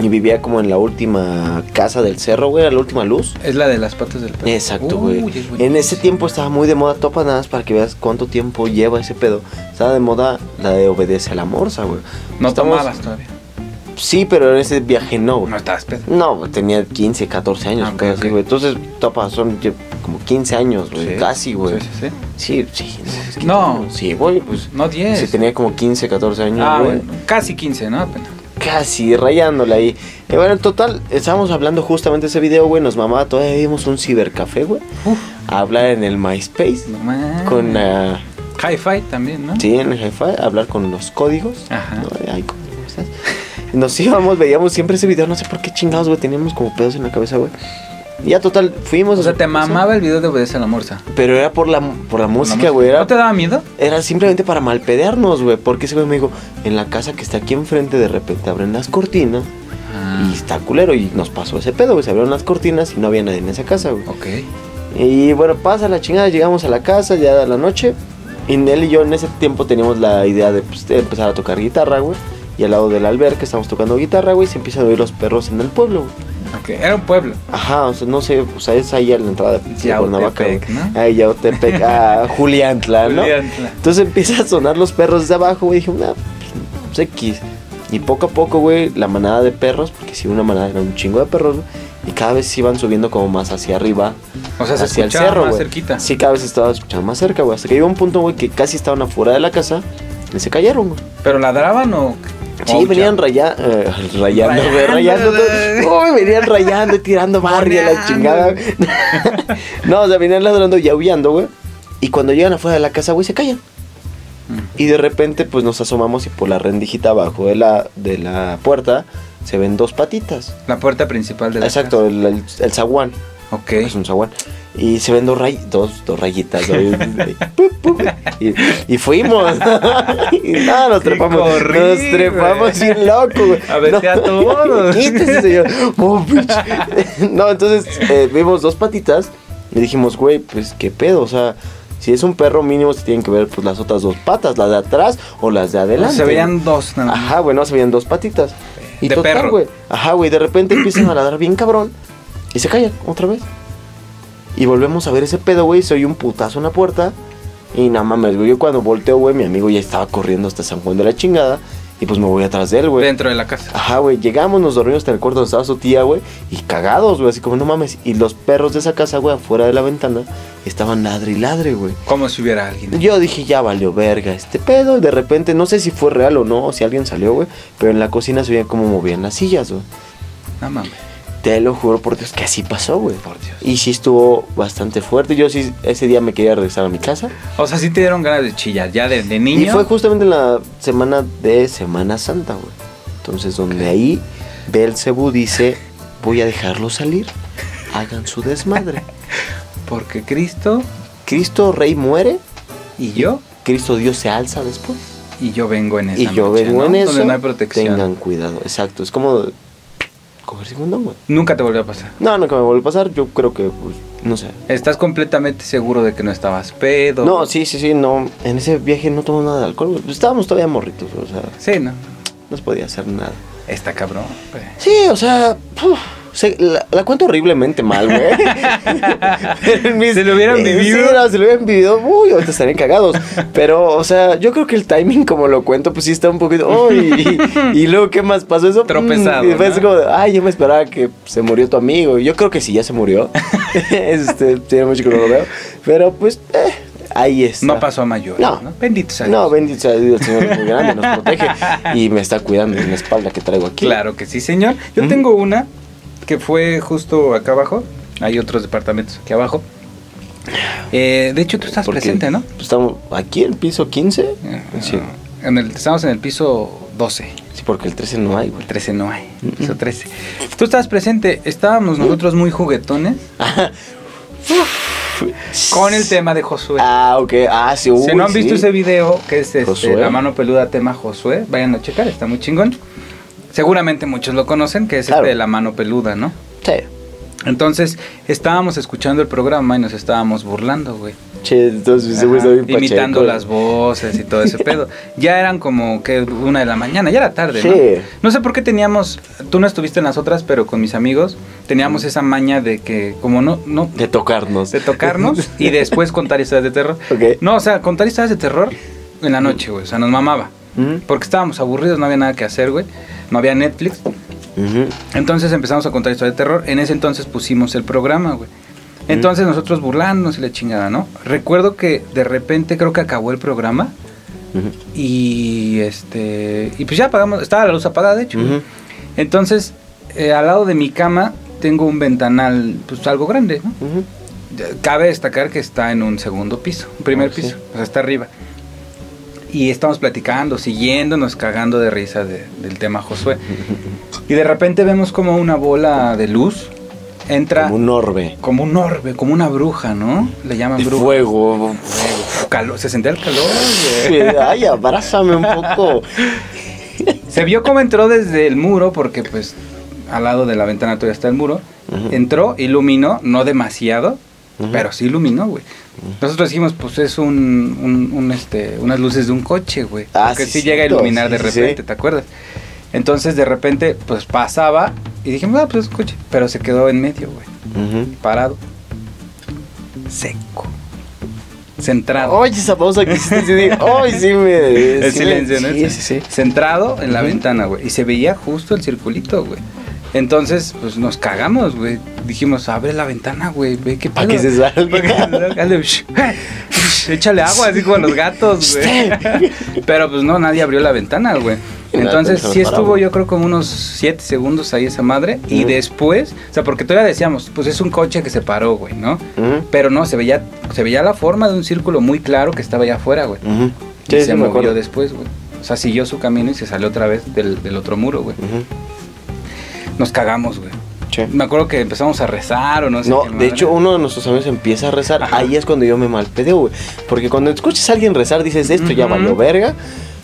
[SPEAKER 2] y vivía como en la última casa del cerro, güey, a la última luz.
[SPEAKER 1] Es la de las patas del perro.
[SPEAKER 2] Exacto,
[SPEAKER 1] Uy,
[SPEAKER 2] güey.
[SPEAKER 1] es buenísimo.
[SPEAKER 2] en ese tiempo estaba muy de moda Topa, nada más para que veas cuánto tiempo lleva ese pedo. Estaba de moda la de Obedece a la Morsa, güey.
[SPEAKER 1] No
[SPEAKER 2] Estamos-
[SPEAKER 1] tomabas todavía.
[SPEAKER 2] Sí, pero en ese viaje no, güey.
[SPEAKER 1] No estabas pedo.
[SPEAKER 2] No, güey, tenía 15, 14 años,
[SPEAKER 1] Ah, ok,
[SPEAKER 2] un pedo así,
[SPEAKER 1] ok.
[SPEAKER 2] güey. Entonces, Topa son ye- como 15 años, güey,
[SPEAKER 1] Sí.
[SPEAKER 2] Pues casi, güey.
[SPEAKER 1] Sí, sí, sí.
[SPEAKER 2] Sí, sí. es que-
[SPEAKER 1] No.
[SPEAKER 2] Sí, güey, pues.
[SPEAKER 1] No 10.
[SPEAKER 2] Sí, tenía como 15, 14 años,
[SPEAKER 1] Ah,
[SPEAKER 2] güey.
[SPEAKER 1] bueno, casi 15, ¿no? Apenas.
[SPEAKER 2] Casi, rayándole ahí. Y bueno, en total, estábamos hablando justamente de ese video, güey. Nos mamaba, todavía vimos un cibercafé, güey.
[SPEAKER 1] Uf,
[SPEAKER 2] A hablar en el MySpace.
[SPEAKER 1] no mames.
[SPEAKER 2] Con. ah,
[SPEAKER 1] Hi-Fi también, ¿no?
[SPEAKER 2] sí, en el hi-fi, hablar con los códigos.
[SPEAKER 1] Ajá.
[SPEAKER 2] ¿no? Ay, ¿cómo estás? Nos íbamos, veíamos siempre ese video, no sé por qué chingados, güey. Teníamos como pedos en la cabeza, güey. Y ya, total, fuimos.
[SPEAKER 1] O sea,
[SPEAKER 2] su
[SPEAKER 1] te
[SPEAKER 2] casa,
[SPEAKER 1] mamaba el video de Obedece a la Morsa.
[SPEAKER 2] Pero era por la, por la música, güey. era-
[SPEAKER 1] ¿No te daba miedo?
[SPEAKER 2] Era simplemente para malpedearnos, güey. Porque ese güey me dijo, en la casa que está aquí enfrente, de repente abren las cortinas
[SPEAKER 1] Ah.
[SPEAKER 2] y está culero. Y nos pasó ese pedo, güey. Se abrieron las cortinas y no había nadie en esa casa, güey.
[SPEAKER 1] Ok.
[SPEAKER 2] Y bueno, pasa la chingada, llegamos a la casa ya de la noche. Y él y yo en ese tiempo teníamos la idea de, pues, de empezar a tocar guitarra, güey. Y al lado del alberca estamos tocando guitarra, güey. Y se empiezan a oír los perros en el pueblo, güey.
[SPEAKER 1] Ok, era un pueblo.
[SPEAKER 2] Ajá, o sea, no sé, o sea, es ahí a la entrada de de Cuernavaca, güey.
[SPEAKER 1] Yautepec, ¿no?
[SPEAKER 2] Ahí,
[SPEAKER 1] <laughs>
[SPEAKER 2] Yautepec, a Juliantla, ¿no?
[SPEAKER 1] Juliantla.
[SPEAKER 2] Entonces empiezan a sonar los perros desde abajo, güey. Dije, una pues, X. Y poco a poco, güey, la manada de perros, porque si una manada era un chingo de perros, güey, y cada vez se iban subiendo como más hacia arriba.
[SPEAKER 1] O sea, se
[SPEAKER 2] hacia el
[SPEAKER 1] escuchaba
[SPEAKER 2] cerro,
[SPEAKER 1] más
[SPEAKER 2] güey.
[SPEAKER 1] cerquita.
[SPEAKER 2] Sí, cada vez estaba escuchando más cerca, güey. Hasta que llegó un punto, güey, que casi estaban afuera de la casa y se cayeron, güey.
[SPEAKER 1] ¿Pero ladraban o...?
[SPEAKER 2] Sí,
[SPEAKER 1] o-
[SPEAKER 2] venían raya- eh, rayando, güey, rayando.
[SPEAKER 1] Rayando,
[SPEAKER 2] todo. <laughs> Uy, venían rayando y
[SPEAKER 1] <laughs>
[SPEAKER 2] tirando barrio a la
[SPEAKER 1] Moneando.
[SPEAKER 2] chingada. <laughs> no, o sea, venían ladrando y aullando, güey. Y cuando llegan afuera de la casa, güey, se callan.
[SPEAKER 1] Mm.
[SPEAKER 2] Y de repente, pues nos asomamos y por la rendijita abajo de la, de la puerta se ven dos patitas.
[SPEAKER 1] La puerta principal de la
[SPEAKER 2] Exacto, Pues, el, el- el zaguán.
[SPEAKER 1] casa. Ok.
[SPEAKER 2] Es un zaguán. Y se ven dos, ray- dos, dos
[SPEAKER 1] <laughs>
[SPEAKER 2] rayitas. ¿no? Y- pup, pup. y, y fuimos. <laughs> y nada, nos
[SPEAKER 1] Sí,
[SPEAKER 2] trepamos.
[SPEAKER 1] corrí,
[SPEAKER 2] nos trepamos
[SPEAKER 1] güey.
[SPEAKER 2] bien loco, güey.
[SPEAKER 1] A ver, a
[SPEAKER 2] <laughs>
[SPEAKER 1] todos.
[SPEAKER 2] Quítese, señor. Oh, bitch. <laughs> no, entonces eh, vimos dos patitas y dijimos, güey, pues qué pedo. O sea, si es un perro mínimo, se tienen que ver pues las otras dos patas, las de atrás o las de adelante.
[SPEAKER 1] Se veían dos nada más.
[SPEAKER 2] Ajá, güey, no se veían dos patitas. Y
[SPEAKER 1] De
[SPEAKER 2] total,
[SPEAKER 1] perro.
[SPEAKER 2] güey. Ajá, güey, de
[SPEAKER 1] <clears throat>
[SPEAKER 2] repente empiezan a ladrar bien cabrón. Y se callan otra vez. Y volvemos a ver ese pedo, güey. Soy un putazo en la puerta. Y nada mames, güey. Yo cuando volteo, güey, mi amigo ya estaba corriendo hasta San Juan de la chingada. Y pues me voy atrás de él, güey.
[SPEAKER 1] Dentro de la casa.
[SPEAKER 2] Ajá, güey, llegamos, nos dormimos hasta el cuarto donde estaba su tía, güey, y cagados, güey, así como no mames. Y los perros de esa casa, güey, afuera de la ventana, estaban ladre y ladre, güey.
[SPEAKER 1] Como si hubiera alguien.
[SPEAKER 2] Yo dije, ya valió verga este pedo. Y de repente, no sé si fue real o no, o si alguien salió, güey, pero en la cocina se veía cómo movían las sillas, güey.
[SPEAKER 1] No mames.
[SPEAKER 2] Te lo juro por Dios que así pasó, güey.
[SPEAKER 1] Por Dios.
[SPEAKER 2] Y sí estuvo bastante fuerte. Yo sí, ese día me quería regresar a mi casa.
[SPEAKER 1] O sea, sí te dieron ganas de chillar. Ya desde niño.
[SPEAKER 2] Y fue justamente en la semana de Semana Santa, güey. Entonces, donde ahí Belcebú dice, voy a dejarlo salir. Hagan su desmadre.
[SPEAKER 1] Porque Cristo
[SPEAKER 2] Cristo Rey muere,
[SPEAKER 1] y yo.
[SPEAKER 2] Cristo Dios se alza después.
[SPEAKER 1] Y yo vengo en esa
[SPEAKER 2] y yo
[SPEAKER 1] noche,
[SPEAKER 2] vengo
[SPEAKER 1] ¿no?
[SPEAKER 2] en eso.
[SPEAKER 1] Donde no hay protección.
[SPEAKER 2] Tengan cuidado. Exacto. Es como cogerse condón, güey.
[SPEAKER 1] Nunca te volvió a pasar.
[SPEAKER 2] No, nunca me vuelve a pasar. Yo creo que, pues, no sé.
[SPEAKER 1] Estás completamente seguro de que no estabas pedo.
[SPEAKER 2] No, sí, sí, sí, no. En ese viaje no tomamos nada de alcohol, güey. Estábamos todavía morritos, güey, o sea,
[SPEAKER 1] Sí, no.
[SPEAKER 2] no se podía hacer nada.
[SPEAKER 1] Está cabrón. güey.
[SPEAKER 2] Sí, o sea, puf, se- la, la cuento horriblemente
[SPEAKER 1] <laughs>
[SPEAKER 2] mal, güey. Pero en mis-
[SPEAKER 1] Se lo hubieran
[SPEAKER 2] eh,
[SPEAKER 1] vivido.
[SPEAKER 2] sí, no, se lo hubieran vivido. Uy, ahorita estarían cagados. Pero, o sea, yo creo que el timing, como lo cuento, pues sí está un poquito. Uy, y, y luego, ¿qué más pasó? Eso. mm,
[SPEAKER 1] Tropezado,
[SPEAKER 2] Y después
[SPEAKER 1] ¿no?
[SPEAKER 2] como, ay, yo me esperaba que se murió
[SPEAKER 1] <laughs>
[SPEAKER 2] tu <laughs> amigo. Yo creo que sí, ya se murió. este, tiene mucho que no lo veo. Pero, pues, eh, Ahí está.
[SPEAKER 1] No pasó a mayores.
[SPEAKER 2] No.
[SPEAKER 1] No. Bendito sea
[SPEAKER 2] No,
[SPEAKER 1] Dios.
[SPEAKER 2] bendito sea Dios, el Señor es muy grande, nos protege y me está cuidando en la espalda que traigo aquí.
[SPEAKER 1] Claro que sí, señor. Yo
[SPEAKER 2] Ujú.
[SPEAKER 1] tengo una que fue justo acá abajo. Hay otros departamentos aquí abajo. Eh, de hecho, tú estás
[SPEAKER 2] Porque pues,
[SPEAKER 1] presente, ¿no? Ah.
[SPEAKER 2] Estamos aquí en el piso 15. Sí.
[SPEAKER 1] En el, estamos en el piso 12.
[SPEAKER 2] Sí, porque el 13 no hay, güey.
[SPEAKER 1] El 13 no hay. Piso 13. Tú estabas presente. Estábamos nosotros muy
[SPEAKER 2] <laughs>
[SPEAKER 1] juguetones con el tema de Josué.
[SPEAKER 2] Ah, ok. Ah, sí,
[SPEAKER 1] si
[SPEAKER 2] uy,
[SPEAKER 1] no han
[SPEAKER 2] sí.
[SPEAKER 1] visto ese video, que es este,
[SPEAKER 2] Josué.
[SPEAKER 1] La mano peluda tema Josué, vayan a checar, está muy chingón. Seguramente muchos lo conocen, que es
[SPEAKER 2] Claro.
[SPEAKER 1] este de La mano peluda, ¿no?
[SPEAKER 2] Sí.
[SPEAKER 1] Entonces, estábamos escuchando el programa y nos estábamos burlando, güey.
[SPEAKER 2] Che, entonces ese güey
[SPEAKER 1] Ajá,
[SPEAKER 2] está bien
[SPEAKER 1] imitando
[SPEAKER 2] pacheco.
[SPEAKER 1] las voces y todo
[SPEAKER 2] <laughs>
[SPEAKER 1] ese pedo. Ya eran como que una de la mañana, ya era tarde,
[SPEAKER 2] Sí.
[SPEAKER 1] ¿no? No sé por qué teníamos, tú no estuviste en las otras, pero con mis amigos teníamos esa maña de que como no, no,
[SPEAKER 2] De tocarnos.
[SPEAKER 1] de tocarnos y después contar historias de terror.
[SPEAKER 2] Ok.
[SPEAKER 1] No, o sea, contar historias de terror en la noche, güey. O sea, nos mamaba.
[SPEAKER 2] <laughs> Ujú.
[SPEAKER 1] Porque estábamos aburridos, no había nada que hacer, güey. No había Netflix.
[SPEAKER 2] Ujú.
[SPEAKER 1] Entonces empezamos a contar historias de terror. En ese entonces pusimos el programa, güey.
[SPEAKER 2] Mm.
[SPEAKER 1] Entonces nosotros burlándonos y la chingada, ¿no? Recuerdo que de repente creo que acabó el programa
[SPEAKER 2] Ujú.
[SPEAKER 1] y este y pues ya apagamos, estaba la luz apagada de hecho. güey.
[SPEAKER 2] Ujú.
[SPEAKER 1] Entonces, eh, al lado de mi cama tengo un ventanal pues algo grande, ¿no?
[SPEAKER 2] Ujú.
[SPEAKER 1] Cabe destacar que está en un segundo piso, un primer
[SPEAKER 2] Ah, sí.
[SPEAKER 1] piso, o sea, está arriba. Y estamos platicando, siguiéndonos, cagando de risa de- del tema
[SPEAKER 2] <laughs>
[SPEAKER 1] Josué. Y de repente vemos como una bola de luz entra
[SPEAKER 2] Como un orbe.
[SPEAKER 1] como un orbe, como una bruja, ¿no? Le llaman
[SPEAKER 2] De
[SPEAKER 1] bruja.
[SPEAKER 2] fuego.
[SPEAKER 1] Calor, se sentía el calor, güey.
[SPEAKER 2] Sí, Ay, abrázame un poco.
[SPEAKER 1] Se vio cómo entró desde el muro, porque pues al lado de la ventana todavía está el muro.
[SPEAKER 2] Ujú.
[SPEAKER 1] Entró, iluminó, no demasiado,
[SPEAKER 2] Ujú.
[SPEAKER 1] pero sí iluminó, güey. Nosotros dijimos, pues es un, un- un, este, unas luces de un coche, güey.
[SPEAKER 2] Ah,
[SPEAKER 1] porque
[SPEAKER 2] sí,
[SPEAKER 1] sí, llega a
[SPEAKER 2] cierto,
[SPEAKER 1] iluminar
[SPEAKER 2] sí,
[SPEAKER 1] de
[SPEAKER 2] sí, sí.
[SPEAKER 1] repente, ¿te acuerdas? Entonces de repente, pues pasaba y dijimos, ah, pues es un coche. Pero se quedó en medio, güey,
[SPEAKER 2] Ujú.
[SPEAKER 1] parado, seco, centrado.
[SPEAKER 2] Oye, esa pausa que hiciste, sí, dije, ay, sí me...
[SPEAKER 1] El
[SPEAKER 2] sí
[SPEAKER 1] silencio,
[SPEAKER 2] me-
[SPEAKER 1] ¿no?
[SPEAKER 2] Sí, sí, sí.
[SPEAKER 1] Centrado en la
[SPEAKER 2] Ujú.
[SPEAKER 1] ventana, güey. Y se veía justo el circulito, güey. Entonces, pues nos cagamos, güey. Dijimos, abre la ventana, güey, ve qué
[SPEAKER 2] Pa'
[SPEAKER 1] pedo".
[SPEAKER 2] que se
[SPEAKER 1] <laughs>
[SPEAKER 2] salga.
[SPEAKER 1] Pa' que se salga. Hazle, "Shh, shh", Échale agua, así como los
[SPEAKER 2] <laughs>
[SPEAKER 1] gatos, güey. Pero pues no, nadie abrió la ventana, güey.
[SPEAKER 2] Y la
[SPEAKER 1] Entonces
[SPEAKER 2] ventana
[SPEAKER 1] sí
[SPEAKER 2] parada,
[SPEAKER 1] estuvo
[SPEAKER 2] güey.
[SPEAKER 1] yo creo como unos 7 segundos ahí esa madre. Y
[SPEAKER 2] Ujú.
[SPEAKER 1] después, o sea, porque todavía decíamos, pues es un coche que se paró, güey, ¿no?
[SPEAKER 2] Ujú.
[SPEAKER 1] Pero no, se veía, se veía la forma de un círculo muy claro que estaba allá afuera, güey.
[SPEAKER 2] Ujú.
[SPEAKER 1] Y
[SPEAKER 2] Sí, sí,
[SPEAKER 1] se
[SPEAKER 2] me
[SPEAKER 1] movió
[SPEAKER 2] acuerdo.
[SPEAKER 1] después, güey. O sea, siguió su camino y se salió otra vez del, del otro muro, güey.
[SPEAKER 2] Ujú.
[SPEAKER 1] Nos cagamos, güey.
[SPEAKER 2] Che.
[SPEAKER 1] Me acuerdo que empezamos a rezar o no sé
[SPEAKER 2] No,
[SPEAKER 1] qué
[SPEAKER 2] de
[SPEAKER 1] madre.
[SPEAKER 2] hecho uno de nuestros amigos empieza a rezar,
[SPEAKER 1] Ajá.
[SPEAKER 2] ahí es cuando yo me malpedeo, güey. Porque cuando escuchas a alguien rezar dices, esto ya
[SPEAKER 1] Ujú.
[SPEAKER 2] valió verga.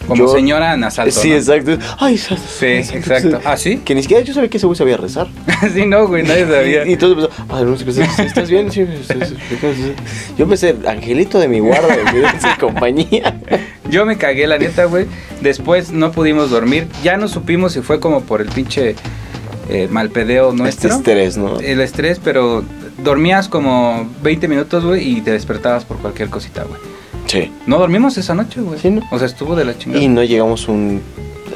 [SPEAKER 1] Como
[SPEAKER 2] Yo-
[SPEAKER 1] señora en asalto.
[SPEAKER 2] Sí,
[SPEAKER 1] ¿no?
[SPEAKER 2] exacto. Ay, sa-
[SPEAKER 1] Sí, exacto. ¿Ah, sí?
[SPEAKER 2] Que ni siquiera yo sabía que ese güey sabía rezar.
[SPEAKER 1] <laughs> sí, no, güey, nadie sabía.
[SPEAKER 2] <laughs> Y, y todo empezó, "Padre nuestro que estás- ¿estás bien? Sí, sí, sí, sí". Yo me sé, angelito de mi <laughs> guarda, güey, de su compañía.
[SPEAKER 1] Yo me cagué, la neta, güey. Después no pudimos dormir. Ya no supimos si fue como por el pinche eh, malpedeo
[SPEAKER 2] Este
[SPEAKER 1] nuestro. Eh,
[SPEAKER 2] estrés, ¿no?
[SPEAKER 1] El estrés, pero dormías como 20 minutos, güey, y te despertabas por cualquier cosita, güey.
[SPEAKER 2] Sí.
[SPEAKER 1] No dormimos esa noche, güey.
[SPEAKER 2] Sí, ¿no?
[SPEAKER 1] O sea, estuvo de la chingada.
[SPEAKER 2] Y no llegamos un...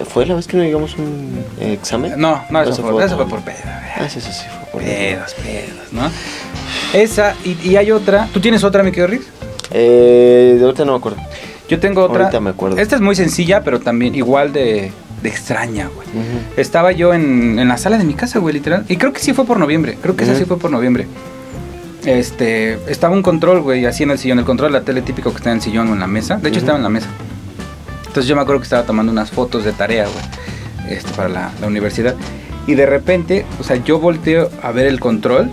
[SPEAKER 2] ¿Fue la vez que no llegamos un eh, examen?
[SPEAKER 1] No, no, eso,
[SPEAKER 2] Ese
[SPEAKER 1] fue,
[SPEAKER 2] otro.
[SPEAKER 1] eso fue por pedo, güey.
[SPEAKER 2] Ah, sí, sí, sí, fue por
[SPEAKER 1] Pedos, pedos, ¿no? Esa, y, y hay otra. ¿Tú tienes otra, mi querido Rick?
[SPEAKER 2] Eh, de ahorita no me acuerdo.
[SPEAKER 1] Yo tengo otra.
[SPEAKER 2] Ahorita me acuerdo.
[SPEAKER 1] Esta es muy sencilla, pero también igual de, de extraña, güey. Estaba yo en, en la sala de mi casa, güey, literal. Y creo que sí fue por noviembre. Creo que esa
[SPEAKER 2] Ujú.
[SPEAKER 1] sí fue por noviembre. Este, estaba un control, güey, así en el sillón. El control de la tele típico que está en el sillón o en la mesa. De hecho,
[SPEAKER 2] Ujú.
[SPEAKER 1] estaba en la mesa. Entonces yo me acuerdo que estaba tomando unas fotos de tarea, güey, este, para la, la universidad. Y de repente, o sea, yo volteo a ver el control.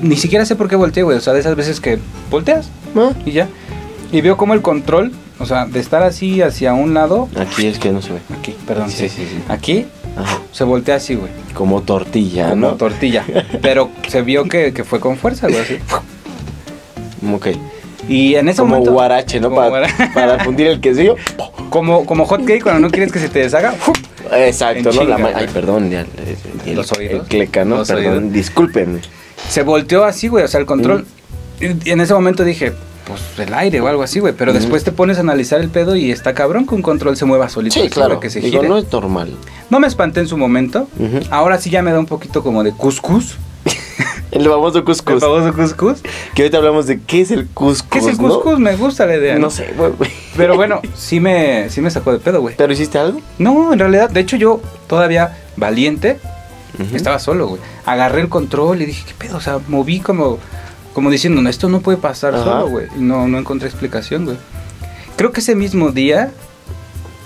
[SPEAKER 1] Ni siquiera sé por qué volteé, güey. O sea, de esas veces que volteas
[SPEAKER 2] Ah,
[SPEAKER 1] y ya. Y veo como el control, o sea, de estar así hacia un lado.
[SPEAKER 2] Aquí es que no se ve.
[SPEAKER 1] Aquí, perdón. Sí,
[SPEAKER 2] Sí, sí, sí.
[SPEAKER 1] Aquí
[SPEAKER 2] Ajá.
[SPEAKER 1] se voltea así, güey.
[SPEAKER 2] Como tortilla,
[SPEAKER 1] como
[SPEAKER 2] ¿no?
[SPEAKER 1] tortilla. Pero se vio que, que fue con fuerza, güey. así.
[SPEAKER 2] ok.
[SPEAKER 1] Y en ese
[SPEAKER 2] Como
[SPEAKER 1] momento.
[SPEAKER 2] guarache, ¿no?
[SPEAKER 1] Como,
[SPEAKER 2] Para,
[SPEAKER 1] guara-
[SPEAKER 2] <laughs> para fundir el quesillo.
[SPEAKER 1] <laughs> como, como hot cake, cuando no quieres que se te deshaga.
[SPEAKER 2] Exacto,
[SPEAKER 1] En
[SPEAKER 2] ¿no? La
[SPEAKER 1] chinga,
[SPEAKER 2] ma-
[SPEAKER 1] güey.
[SPEAKER 2] Ay, perdón, ya. eh, El,
[SPEAKER 1] Los oídos.
[SPEAKER 2] el cleca, ¿no?
[SPEAKER 1] Los
[SPEAKER 2] perdón,
[SPEAKER 1] oídos.
[SPEAKER 2] discúlpenme.
[SPEAKER 1] Se volteó así, güey. O sea, el control. Y en ese momento dije, pues el aire o algo así, güey. Pero
[SPEAKER 2] Ujú.
[SPEAKER 1] después te pones a analizar el pedo y está cabrón que un control se mueva solito.
[SPEAKER 2] Sí,
[SPEAKER 1] así,
[SPEAKER 2] claro.
[SPEAKER 1] güey, Que se
[SPEAKER 2] Digo,
[SPEAKER 1] gire.
[SPEAKER 2] no es normal.
[SPEAKER 1] No me espanté en su momento.
[SPEAKER 2] Ujú.
[SPEAKER 1] Ahora sí ya me da un poquito como de cuscús.
[SPEAKER 2] El famoso
[SPEAKER 1] El
[SPEAKER 2] cuscús.
[SPEAKER 1] famoso cuscús.
[SPEAKER 2] Que ahorita hablamos de qué es el cuscús.
[SPEAKER 1] ¿Qué es el
[SPEAKER 2] Pues ¿no?
[SPEAKER 1] cuscús? Me gusta la idea.
[SPEAKER 2] No sé, güey. güey.
[SPEAKER 1] Pero bueno, sí me, sí me sacó de pedo, güey.
[SPEAKER 2] ¿Pero hiciste algo?
[SPEAKER 1] No, en realidad, de hecho yo todavía valiente,
[SPEAKER 2] Ujú.
[SPEAKER 1] estaba solo, güey. Agarré el control y dije, ¿qué pedo? O sea, moví como, como diciendo, no, esto no puede pasar
[SPEAKER 2] Ajá.
[SPEAKER 1] solo, güey. Y No, no encontré explicación, güey. Creo que ese mismo día,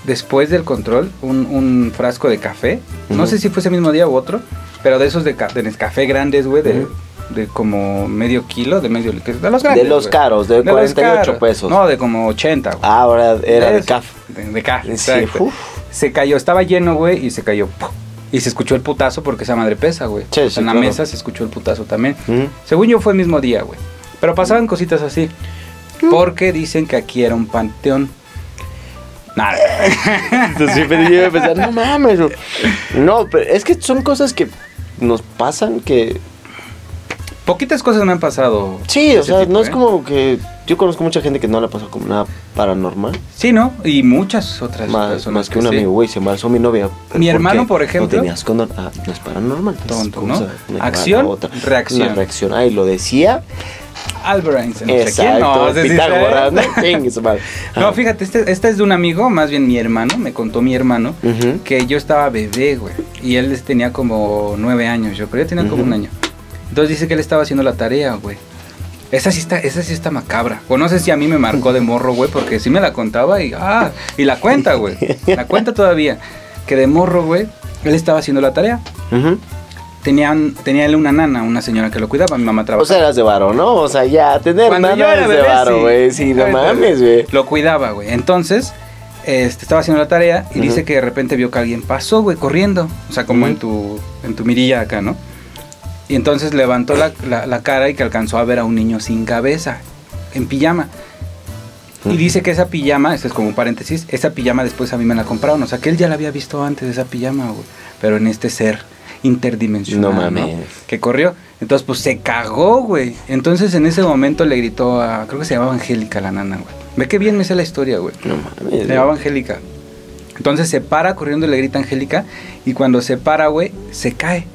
[SPEAKER 1] después del control, un, un frasco de café, no
[SPEAKER 2] Ujú.
[SPEAKER 1] sé si fue ese mismo día u otro, pero de esos de, ca- de Nescafé grandes, güey, de,
[SPEAKER 2] Ujú.
[SPEAKER 1] de como medio kilo, de medio litro, de los
[SPEAKER 2] De
[SPEAKER 1] grandes.
[SPEAKER 2] los
[SPEAKER 1] güey.
[SPEAKER 2] caros, de
[SPEAKER 1] los
[SPEAKER 2] 48
[SPEAKER 1] caros.
[SPEAKER 2] pesos.
[SPEAKER 1] No, de como 80, güey.
[SPEAKER 2] Ah, Ahora era de
[SPEAKER 1] Es-
[SPEAKER 2] CAF.
[SPEAKER 1] De, de CAF,
[SPEAKER 2] Sí,
[SPEAKER 1] exacto.
[SPEAKER 2] uf.
[SPEAKER 1] Se cayó, estaba lleno, güey, y se cayó. ¡pum! Y se escuchó el putazo porque esa madre pesa, güey.
[SPEAKER 2] Sí,
[SPEAKER 1] O sea,
[SPEAKER 2] sí,
[SPEAKER 1] en la
[SPEAKER 2] claro.
[SPEAKER 1] mesa se escuchó el putazo también.
[SPEAKER 2] Ujú.
[SPEAKER 1] Según yo fue el mismo día, güey. Pero pasaban cositas así. Porque dicen que aquí era un panteón.
[SPEAKER 2] <laughs>
[SPEAKER 1] Nada.
[SPEAKER 2] Entonces siempre yo iba a pensar, no mames. güey". No, pero es que son cosas que nos pasan que.
[SPEAKER 1] Poquitas cosas me han pasado.
[SPEAKER 2] Sí,
[SPEAKER 1] de
[SPEAKER 2] o
[SPEAKER 1] ese
[SPEAKER 2] sea,
[SPEAKER 1] tipo,
[SPEAKER 2] no es
[SPEAKER 1] ¿eh?
[SPEAKER 2] como que. Yo conozco mucha gente que no la pasó como nada paranormal.
[SPEAKER 1] Sí, ¿no? Y muchas otras
[SPEAKER 2] Más,
[SPEAKER 1] personas.
[SPEAKER 2] más que un
[SPEAKER 1] sí.
[SPEAKER 2] amigo, güey, se embarazó mi novia. ¿Pero
[SPEAKER 1] Mi
[SPEAKER 2] por
[SPEAKER 1] hermano, por
[SPEAKER 2] No
[SPEAKER 1] ejemplo.
[SPEAKER 2] tenías condón. Ah, no es paranormal. es
[SPEAKER 1] Tonto,
[SPEAKER 2] cosa
[SPEAKER 1] ¿no?
[SPEAKER 2] de una llevada a
[SPEAKER 1] Acción,
[SPEAKER 2] la otra.
[SPEAKER 1] reacción.
[SPEAKER 2] Una reacción. Ahí lo decía.
[SPEAKER 1] Albert Einstein. No sé quién.
[SPEAKER 2] Exacto.
[SPEAKER 1] No, <laughs> sé si
[SPEAKER 2] Pitágoras,
[SPEAKER 1] sea-
[SPEAKER 2] ¿no? <laughs> Chingue su madre.
[SPEAKER 1] No,
[SPEAKER 2] Ah.
[SPEAKER 1] fíjate, este- esta es de un amigo, más bien mi hermano, me contó mi hermano,
[SPEAKER 2] Ujú.
[SPEAKER 1] que yo estaba bebé, güey, y él tenía como nueve años, yo creo, tenía como
[SPEAKER 2] Ujú.
[SPEAKER 1] un año. Entonces dice que él estaba haciendo la tarea, güey. Esa sí está, esa sí está macabra. O no sé si a mí me marcó de morro, güey, porque sí me la contaba y ah, y la cuenta, güey. La cuenta todavía. Que de morro, güey, él estaba haciendo la tarea.
[SPEAKER 2] Ujú.
[SPEAKER 1] Tenían, tenía él una nana, una señora que lo cuidaba, mi mamá
[SPEAKER 2] O
[SPEAKER 1] trabajaba.
[SPEAKER 2] sea, eras de varo, ¿no? O sea, ya, tener
[SPEAKER 1] Cuando yo
[SPEAKER 2] nana
[SPEAKER 1] era
[SPEAKER 2] es de
[SPEAKER 1] bebé,
[SPEAKER 2] varo,
[SPEAKER 1] sí.
[SPEAKER 2] güey.
[SPEAKER 1] <laughs>
[SPEAKER 2] Sí, no
[SPEAKER 1] Ahorita,
[SPEAKER 2] mames, güey.
[SPEAKER 1] Lo cuidaba, güey. Entonces, este, estaba haciendo la tarea y
[SPEAKER 2] Ujú.
[SPEAKER 1] dice que de repente vio que alguien pasó, güey, corriendo. O sea, como en, tu, en tu mirilla acá, ¿no? Y entonces levantó la, la- la cara y que alcanzó a ver a un niño sin cabeza, en pijama. Y dice que esa pijama, esto es como un paréntesis, esa pijama después a mí me la compraron. O sea, que él ya la había visto antes, esa pijama, güey. Pero en este ser interdimensional.
[SPEAKER 2] No
[SPEAKER 1] No
[SPEAKER 2] mames.
[SPEAKER 1] Que corrió. Entonces, pues se cagó, güey. Entonces, en ese momento le gritó a. Creo que se llamaba Angélica la nana, güey. Ve que bien me sé la historia, güey.
[SPEAKER 2] No mames.
[SPEAKER 1] Se
[SPEAKER 2] güey.
[SPEAKER 1] llamaba Angélica. Entonces se para corriendo y le grita Angélica. Y cuando se para, güey, se cae.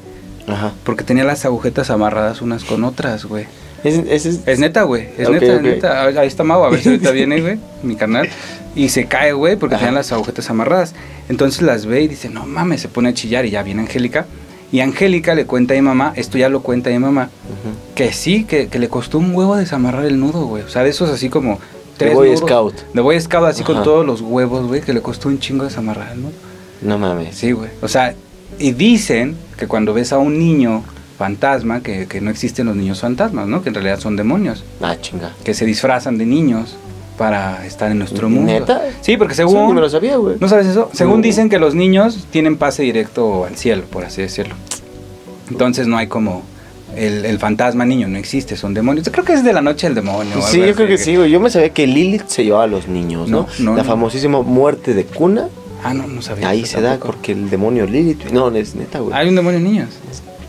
[SPEAKER 2] Ajá.
[SPEAKER 1] Porque tenía las agujetas amarradas unas con otras, güey.
[SPEAKER 2] Es, es, es-
[SPEAKER 1] Es neta, güey. Es
[SPEAKER 2] Ok,
[SPEAKER 1] neta,
[SPEAKER 2] ok.
[SPEAKER 1] es neta. Ahí- Ahí está Mau, a ver si
[SPEAKER 2] <laughs>
[SPEAKER 1] ahorita viene, güey, mi canal. Y se cae, güey, porque
[SPEAKER 2] Ajá.
[SPEAKER 1] tenían las agujetas amarradas. Entonces las ve y dice, no mames, se pone a chillar y ya viene Angélica. Y Angélica le cuenta a mi mamá, esto ya lo cuenta mi mamá,
[SPEAKER 2] Ujú.
[SPEAKER 1] que sí, que, que le costó un huevo desamarrar el nudo, güey. O sea, de esos así como...
[SPEAKER 2] De
[SPEAKER 1] Tres
[SPEAKER 2] Boy
[SPEAKER 1] nudos.
[SPEAKER 2] Scout.
[SPEAKER 1] De Boy Scout, así con
[SPEAKER 2] Ajá.
[SPEAKER 1] todos los huevos, güey, que le costó un chingo desamarrar el nudo.
[SPEAKER 2] No mames.
[SPEAKER 1] Sí, güey. O sea, y dicen que cuando ves a un niño fantasma, que, que no existen los niños fantasmas, ¿no? Que en realidad son demonios
[SPEAKER 2] Ah, chinga.
[SPEAKER 1] que se disfrazan de niños para estar en nuestro mundo.
[SPEAKER 2] ¿Neta?
[SPEAKER 1] Sí, porque
[SPEAKER 2] Eso ni
[SPEAKER 1] según...
[SPEAKER 2] me lo sabía, güey.
[SPEAKER 1] ¿No sabes eso? Según
[SPEAKER 2] No.
[SPEAKER 1] dicen que los niños tienen pase directo al cielo, por así decirlo. Entonces no hay como... El, el fantasma niño no existe, son demonios. Creo que es de la noche del demonio. o
[SPEAKER 2] sí,
[SPEAKER 1] algo
[SPEAKER 2] yo creo
[SPEAKER 1] así
[SPEAKER 2] que sí, güey. Yo me sabía que Lilith se llevaba a los niños, ¿no?
[SPEAKER 1] No, no,
[SPEAKER 2] la
[SPEAKER 1] no.
[SPEAKER 2] famosísima muerte de cuna.
[SPEAKER 1] Ah, no, no sabía.
[SPEAKER 2] Ahí
[SPEAKER 1] eso
[SPEAKER 2] se da
[SPEAKER 1] tampoco.
[SPEAKER 2] porque el demonio Lilith. güey. No, es neta, güey.
[SPEAKER 1] Hay un demonio en niños.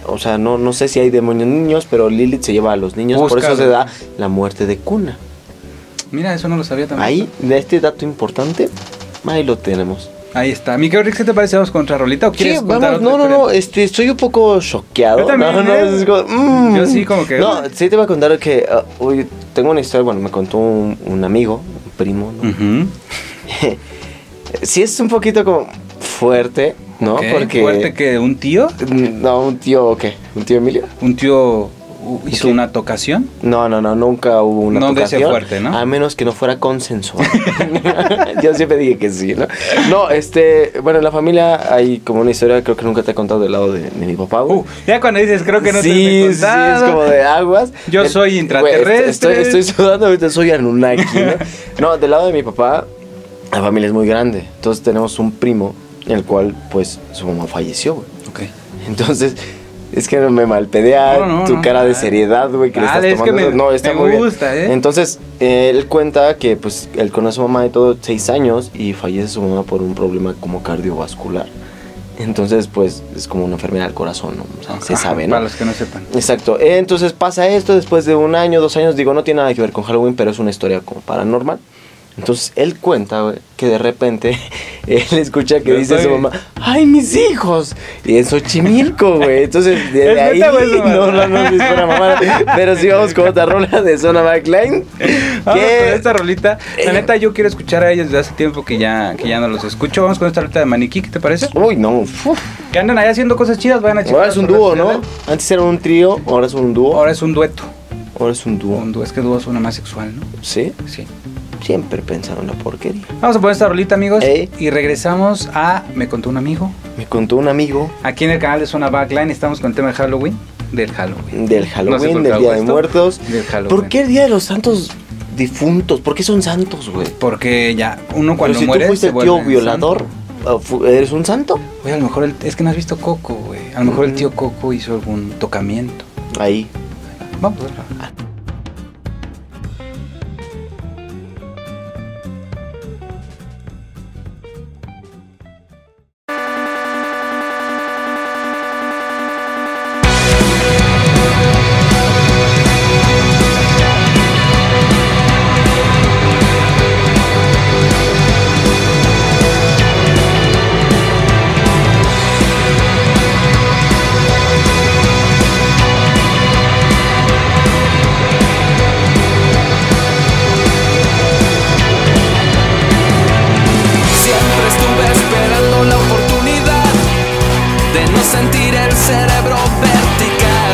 [SPEAKER 2] O sea, no, no sé si hay demonios niños, pero Lilith se lleva a los niños. por
[SPEAKER 1] Busca,
[SPEAKER 2] eso se
[SPEAKER 1] güey.
[SPEAKER 2] da la muerte de cuna.
[SPEAKER 1] Mira, eso no lo sabía también.
[SPEAKER 2] Ahí, de este dato importante, ahí lo tenemos.
[SPEAKER 1] Ahí está. Mi querido Rick, ¿qué te parece? ¿Vamos contra Rolita o quieres
[SPEAKER 2] Sí,
[SPEAKER 1] contar
[SPEAKER 2] vamos,
[SPEAKER 1] otra
[SPEAKER 2] no, no,
[SPEAKER 1] historia?
[SPEAKER 2] no, este, estoy un poco choqueado.
[SPEAKER 1] Yo también,
[SPEAKER 2] no, no,
[SPEAKER 1] ¿eh?
[SPEAKER 2] es como, mm.
[SPEAKER 1] Yo sí, como que- eh.
[SPEAKER 2] No, sí te voy a contar que ah, uy, tengo una historia, bueno, me contó un, un amigo, un primo, ¿no?
[SPEAKER 1] Ujú.
[SPEAKER 2] <laughs> Sí es un poquito como fuerte, ¿no?
[SPEAKER 1] Ok,
[SPEAKER 2] Porque... Mm,
[SPEAKER 1] Fuerte que un tío,
[SPEAKER 2] No, un tío, ¿o ¿qué? ¿Un tío Emilio?
[SPEAKER 1] un tío uh, hizo
[SPEAKER 2] Ok.
[SPEAKER 1] una tocación.
[SPEAKER 2] No, no, no, nunca hubo una
[SPEAKER 1] No de ese
[SPEAKER 2] tocación,
[SPEAKER 1] fuerte, ¿no?
[SPEAKER 2] A menos que no fuera consensual. <laughs> Yo siempre dije que sí, ¿no? No, este, bueno, en la familia hay como una historia, creo que nunca te he contado del lado de, de mi papá. güey.
[SPEAKER 1] Uh, ya cuando dices, creo <laughs> que no
[SPEAKER 2] sí,
[SPEAKER 1] te lo he
[SPEAKER 2] sí, es
[SPEAKER 1] contado.
[SPEAKER 2] como de aguas.
[SPEAKER 1] Yo
[SPEAKER 2] El-
[SPEAKER 1] soy
[SPEAKER 2] güey,
[SPEAKER 1] intraterrestre.
[SPEAKER 2] Estoy, estoy sudando, ahorita soy Anunnaki.
[SPEAKER 1] <laughs>
[SPEAKER 2] ¿no? no, del lado de mi papá, la familia es muy grande. Entonces tenemos un primo, el cual, pues, su mamá falleció, güey.
[SPEAKER 1] Ok.
[SPEAKER 2] Entonces, es que me malpedea
[SPEAKER 1] No, no,
[SPEAKER 2] tu
[SPEAKER 1] no,
[SPEAKER 2] cara de
[SPEAKER 1] dale.
[SPEAKER 2] seriedad, güey, que
[SPEAKER 1] Dale,
[SPEAKER 2] le
[SPEAKER 1] es
[SPEAKER 2] estás
[SPEAKER 1] que
[SPEAKER 2] tomando.
[SPEAKER 1] me-
[SPEAKER 2] no, está
[SPEAKER 1] me
[SPEAKER 2] muy bien.
[SPEAKER 1] gusta, ¿eh?
[SPEAKER 2] Entonces, él cuenta que, pues, él conoce a su mamá de todo seis años y fallece su mamá por un problema como cardiovascular. Entonces, pues, es como una enfermedad del corazón, ¿no? O sea, se
[SPEAKER 1] Ajá,
[SPEAKER 2] sabe, ¿no?
[SPEAKER 1] Para los que no sepan.
[SPEAKER 2] Exacto. Entonces pasa esto después de un año, dos años. Digo, no tiene nada que ver con Halloween, pero es una historia como paranormal. Entonces él cuenta güey, que de repente <laughs> él escucha que
[SPEAKER 1] Lo
[SPEAKER 2] dice a su
[SPEAKER 1] estoy-
[SPEAKER 2] mamá, ¡ay, mis hijos! Y en Xochimilco, güey. Entonces de,
[SPEAKER 1] ¿Es
[SPEAKER 2] ahí.
[SPEAKER 1] neta, güey, eso,
[SPEAKER 2] <laughs> no, no,
[SPEAKER 1] mamá?
[SPEAKER 2] no, es para mamá. Pero sí vamos con otra rola de Zona McLean.
[SPEAKER 1] Vamos con
[SPEAKER 2] que-
[SPEAKER 1] Ah, esta rolita.
[SPEAKER 2] Eh.
[SPEAKER 1] La neta, yo quiero escuchar a ellos desde hace tiempo que ya, que ya no los escucho. Vamos con esta rolita de Maniquí, ¿qué te parece?
[SPEAKER 2] Uy, no. uf.
[SPEAKER 1] Que andan allá haciendo cosas chidas, vayan a checar
[SPEAKER 2] Ahora es un
[SPEAKER 1] sus redes
[SPEAKER 2] dúo, ¿no?
[SPEAKER 1] sociales.
[SPEAKER 2] Antes era un trío, ahora es un dúo.
[SPEAKER 1] Ahora es un dueto.
[SPEAKER 2] Ahora es un dúo.
[SPEAKER 1] Un dúo. Es que dúo suena más sexual, ¿no?
[SPEAKER 2] ¿Sí?
[SPEAKER 1] Sí.
[SPEAKER 2] Siempre pensaron la porquería.
[SPEAKER 1] Vamos a poner esta rolita, amigos.
[SPEAKER 2] Ey.
[SPEAKER 1] Y regresamos a Me contó un amigo.
[SPEAKER 2] Me contó un amigo
[SPEAKER 1] Aquí en el canal de Zona Backline estamos con el tema de Halloween. Del Halloween.
[SPEAKER 2] del
[SPEAKER 1] No sé
[SPEAKER 2] Mm, Halloween,
[SPEAKER 1] por qué
[SPEAKER 2] del
[SPEAKER 1] hago
[SPEAKER 2] Día de
[SPEAKER 1] esto.
[SPEAKER 2] Muertos.
[SPEAKER 1] Del Halloween.
[SPEAKER 2] ¿Por qué el Día de los Santos difuntos? ¿Por qué son santos, güey?
[SPEAKER 1] Porque ya, uno
[SPEAKER 2] Pero
[SPEAKER 1] cuando
[SPEAKER 2] si
[SPEAKER 1] muere.
[SPEAKER 2] tú fuiste
[SPEAKER 1] se
[SPEAKER 2] el tío
[SPEAKER 1] vuelve
[SPEAKER 2] violador,
[SPEAKER 1] santo.
[SPEAKER 2] ah, fu- ¿eres un santo?
[SPEAKER 1] Güey, a lo mejor el- es que no has visto Coco, güey. A lo mejor el
[SPEAKER 2] Mm.
[SPEAKER 1] tío Coco hizo algún tocamiento. pues,
[SPEAKER 2] Ahí.
[SPEAKER 1] Vamos a verlo.
[SPEAKER 3] Siempre estuve esperando la oportunidad de no sentir el cerebro vertical,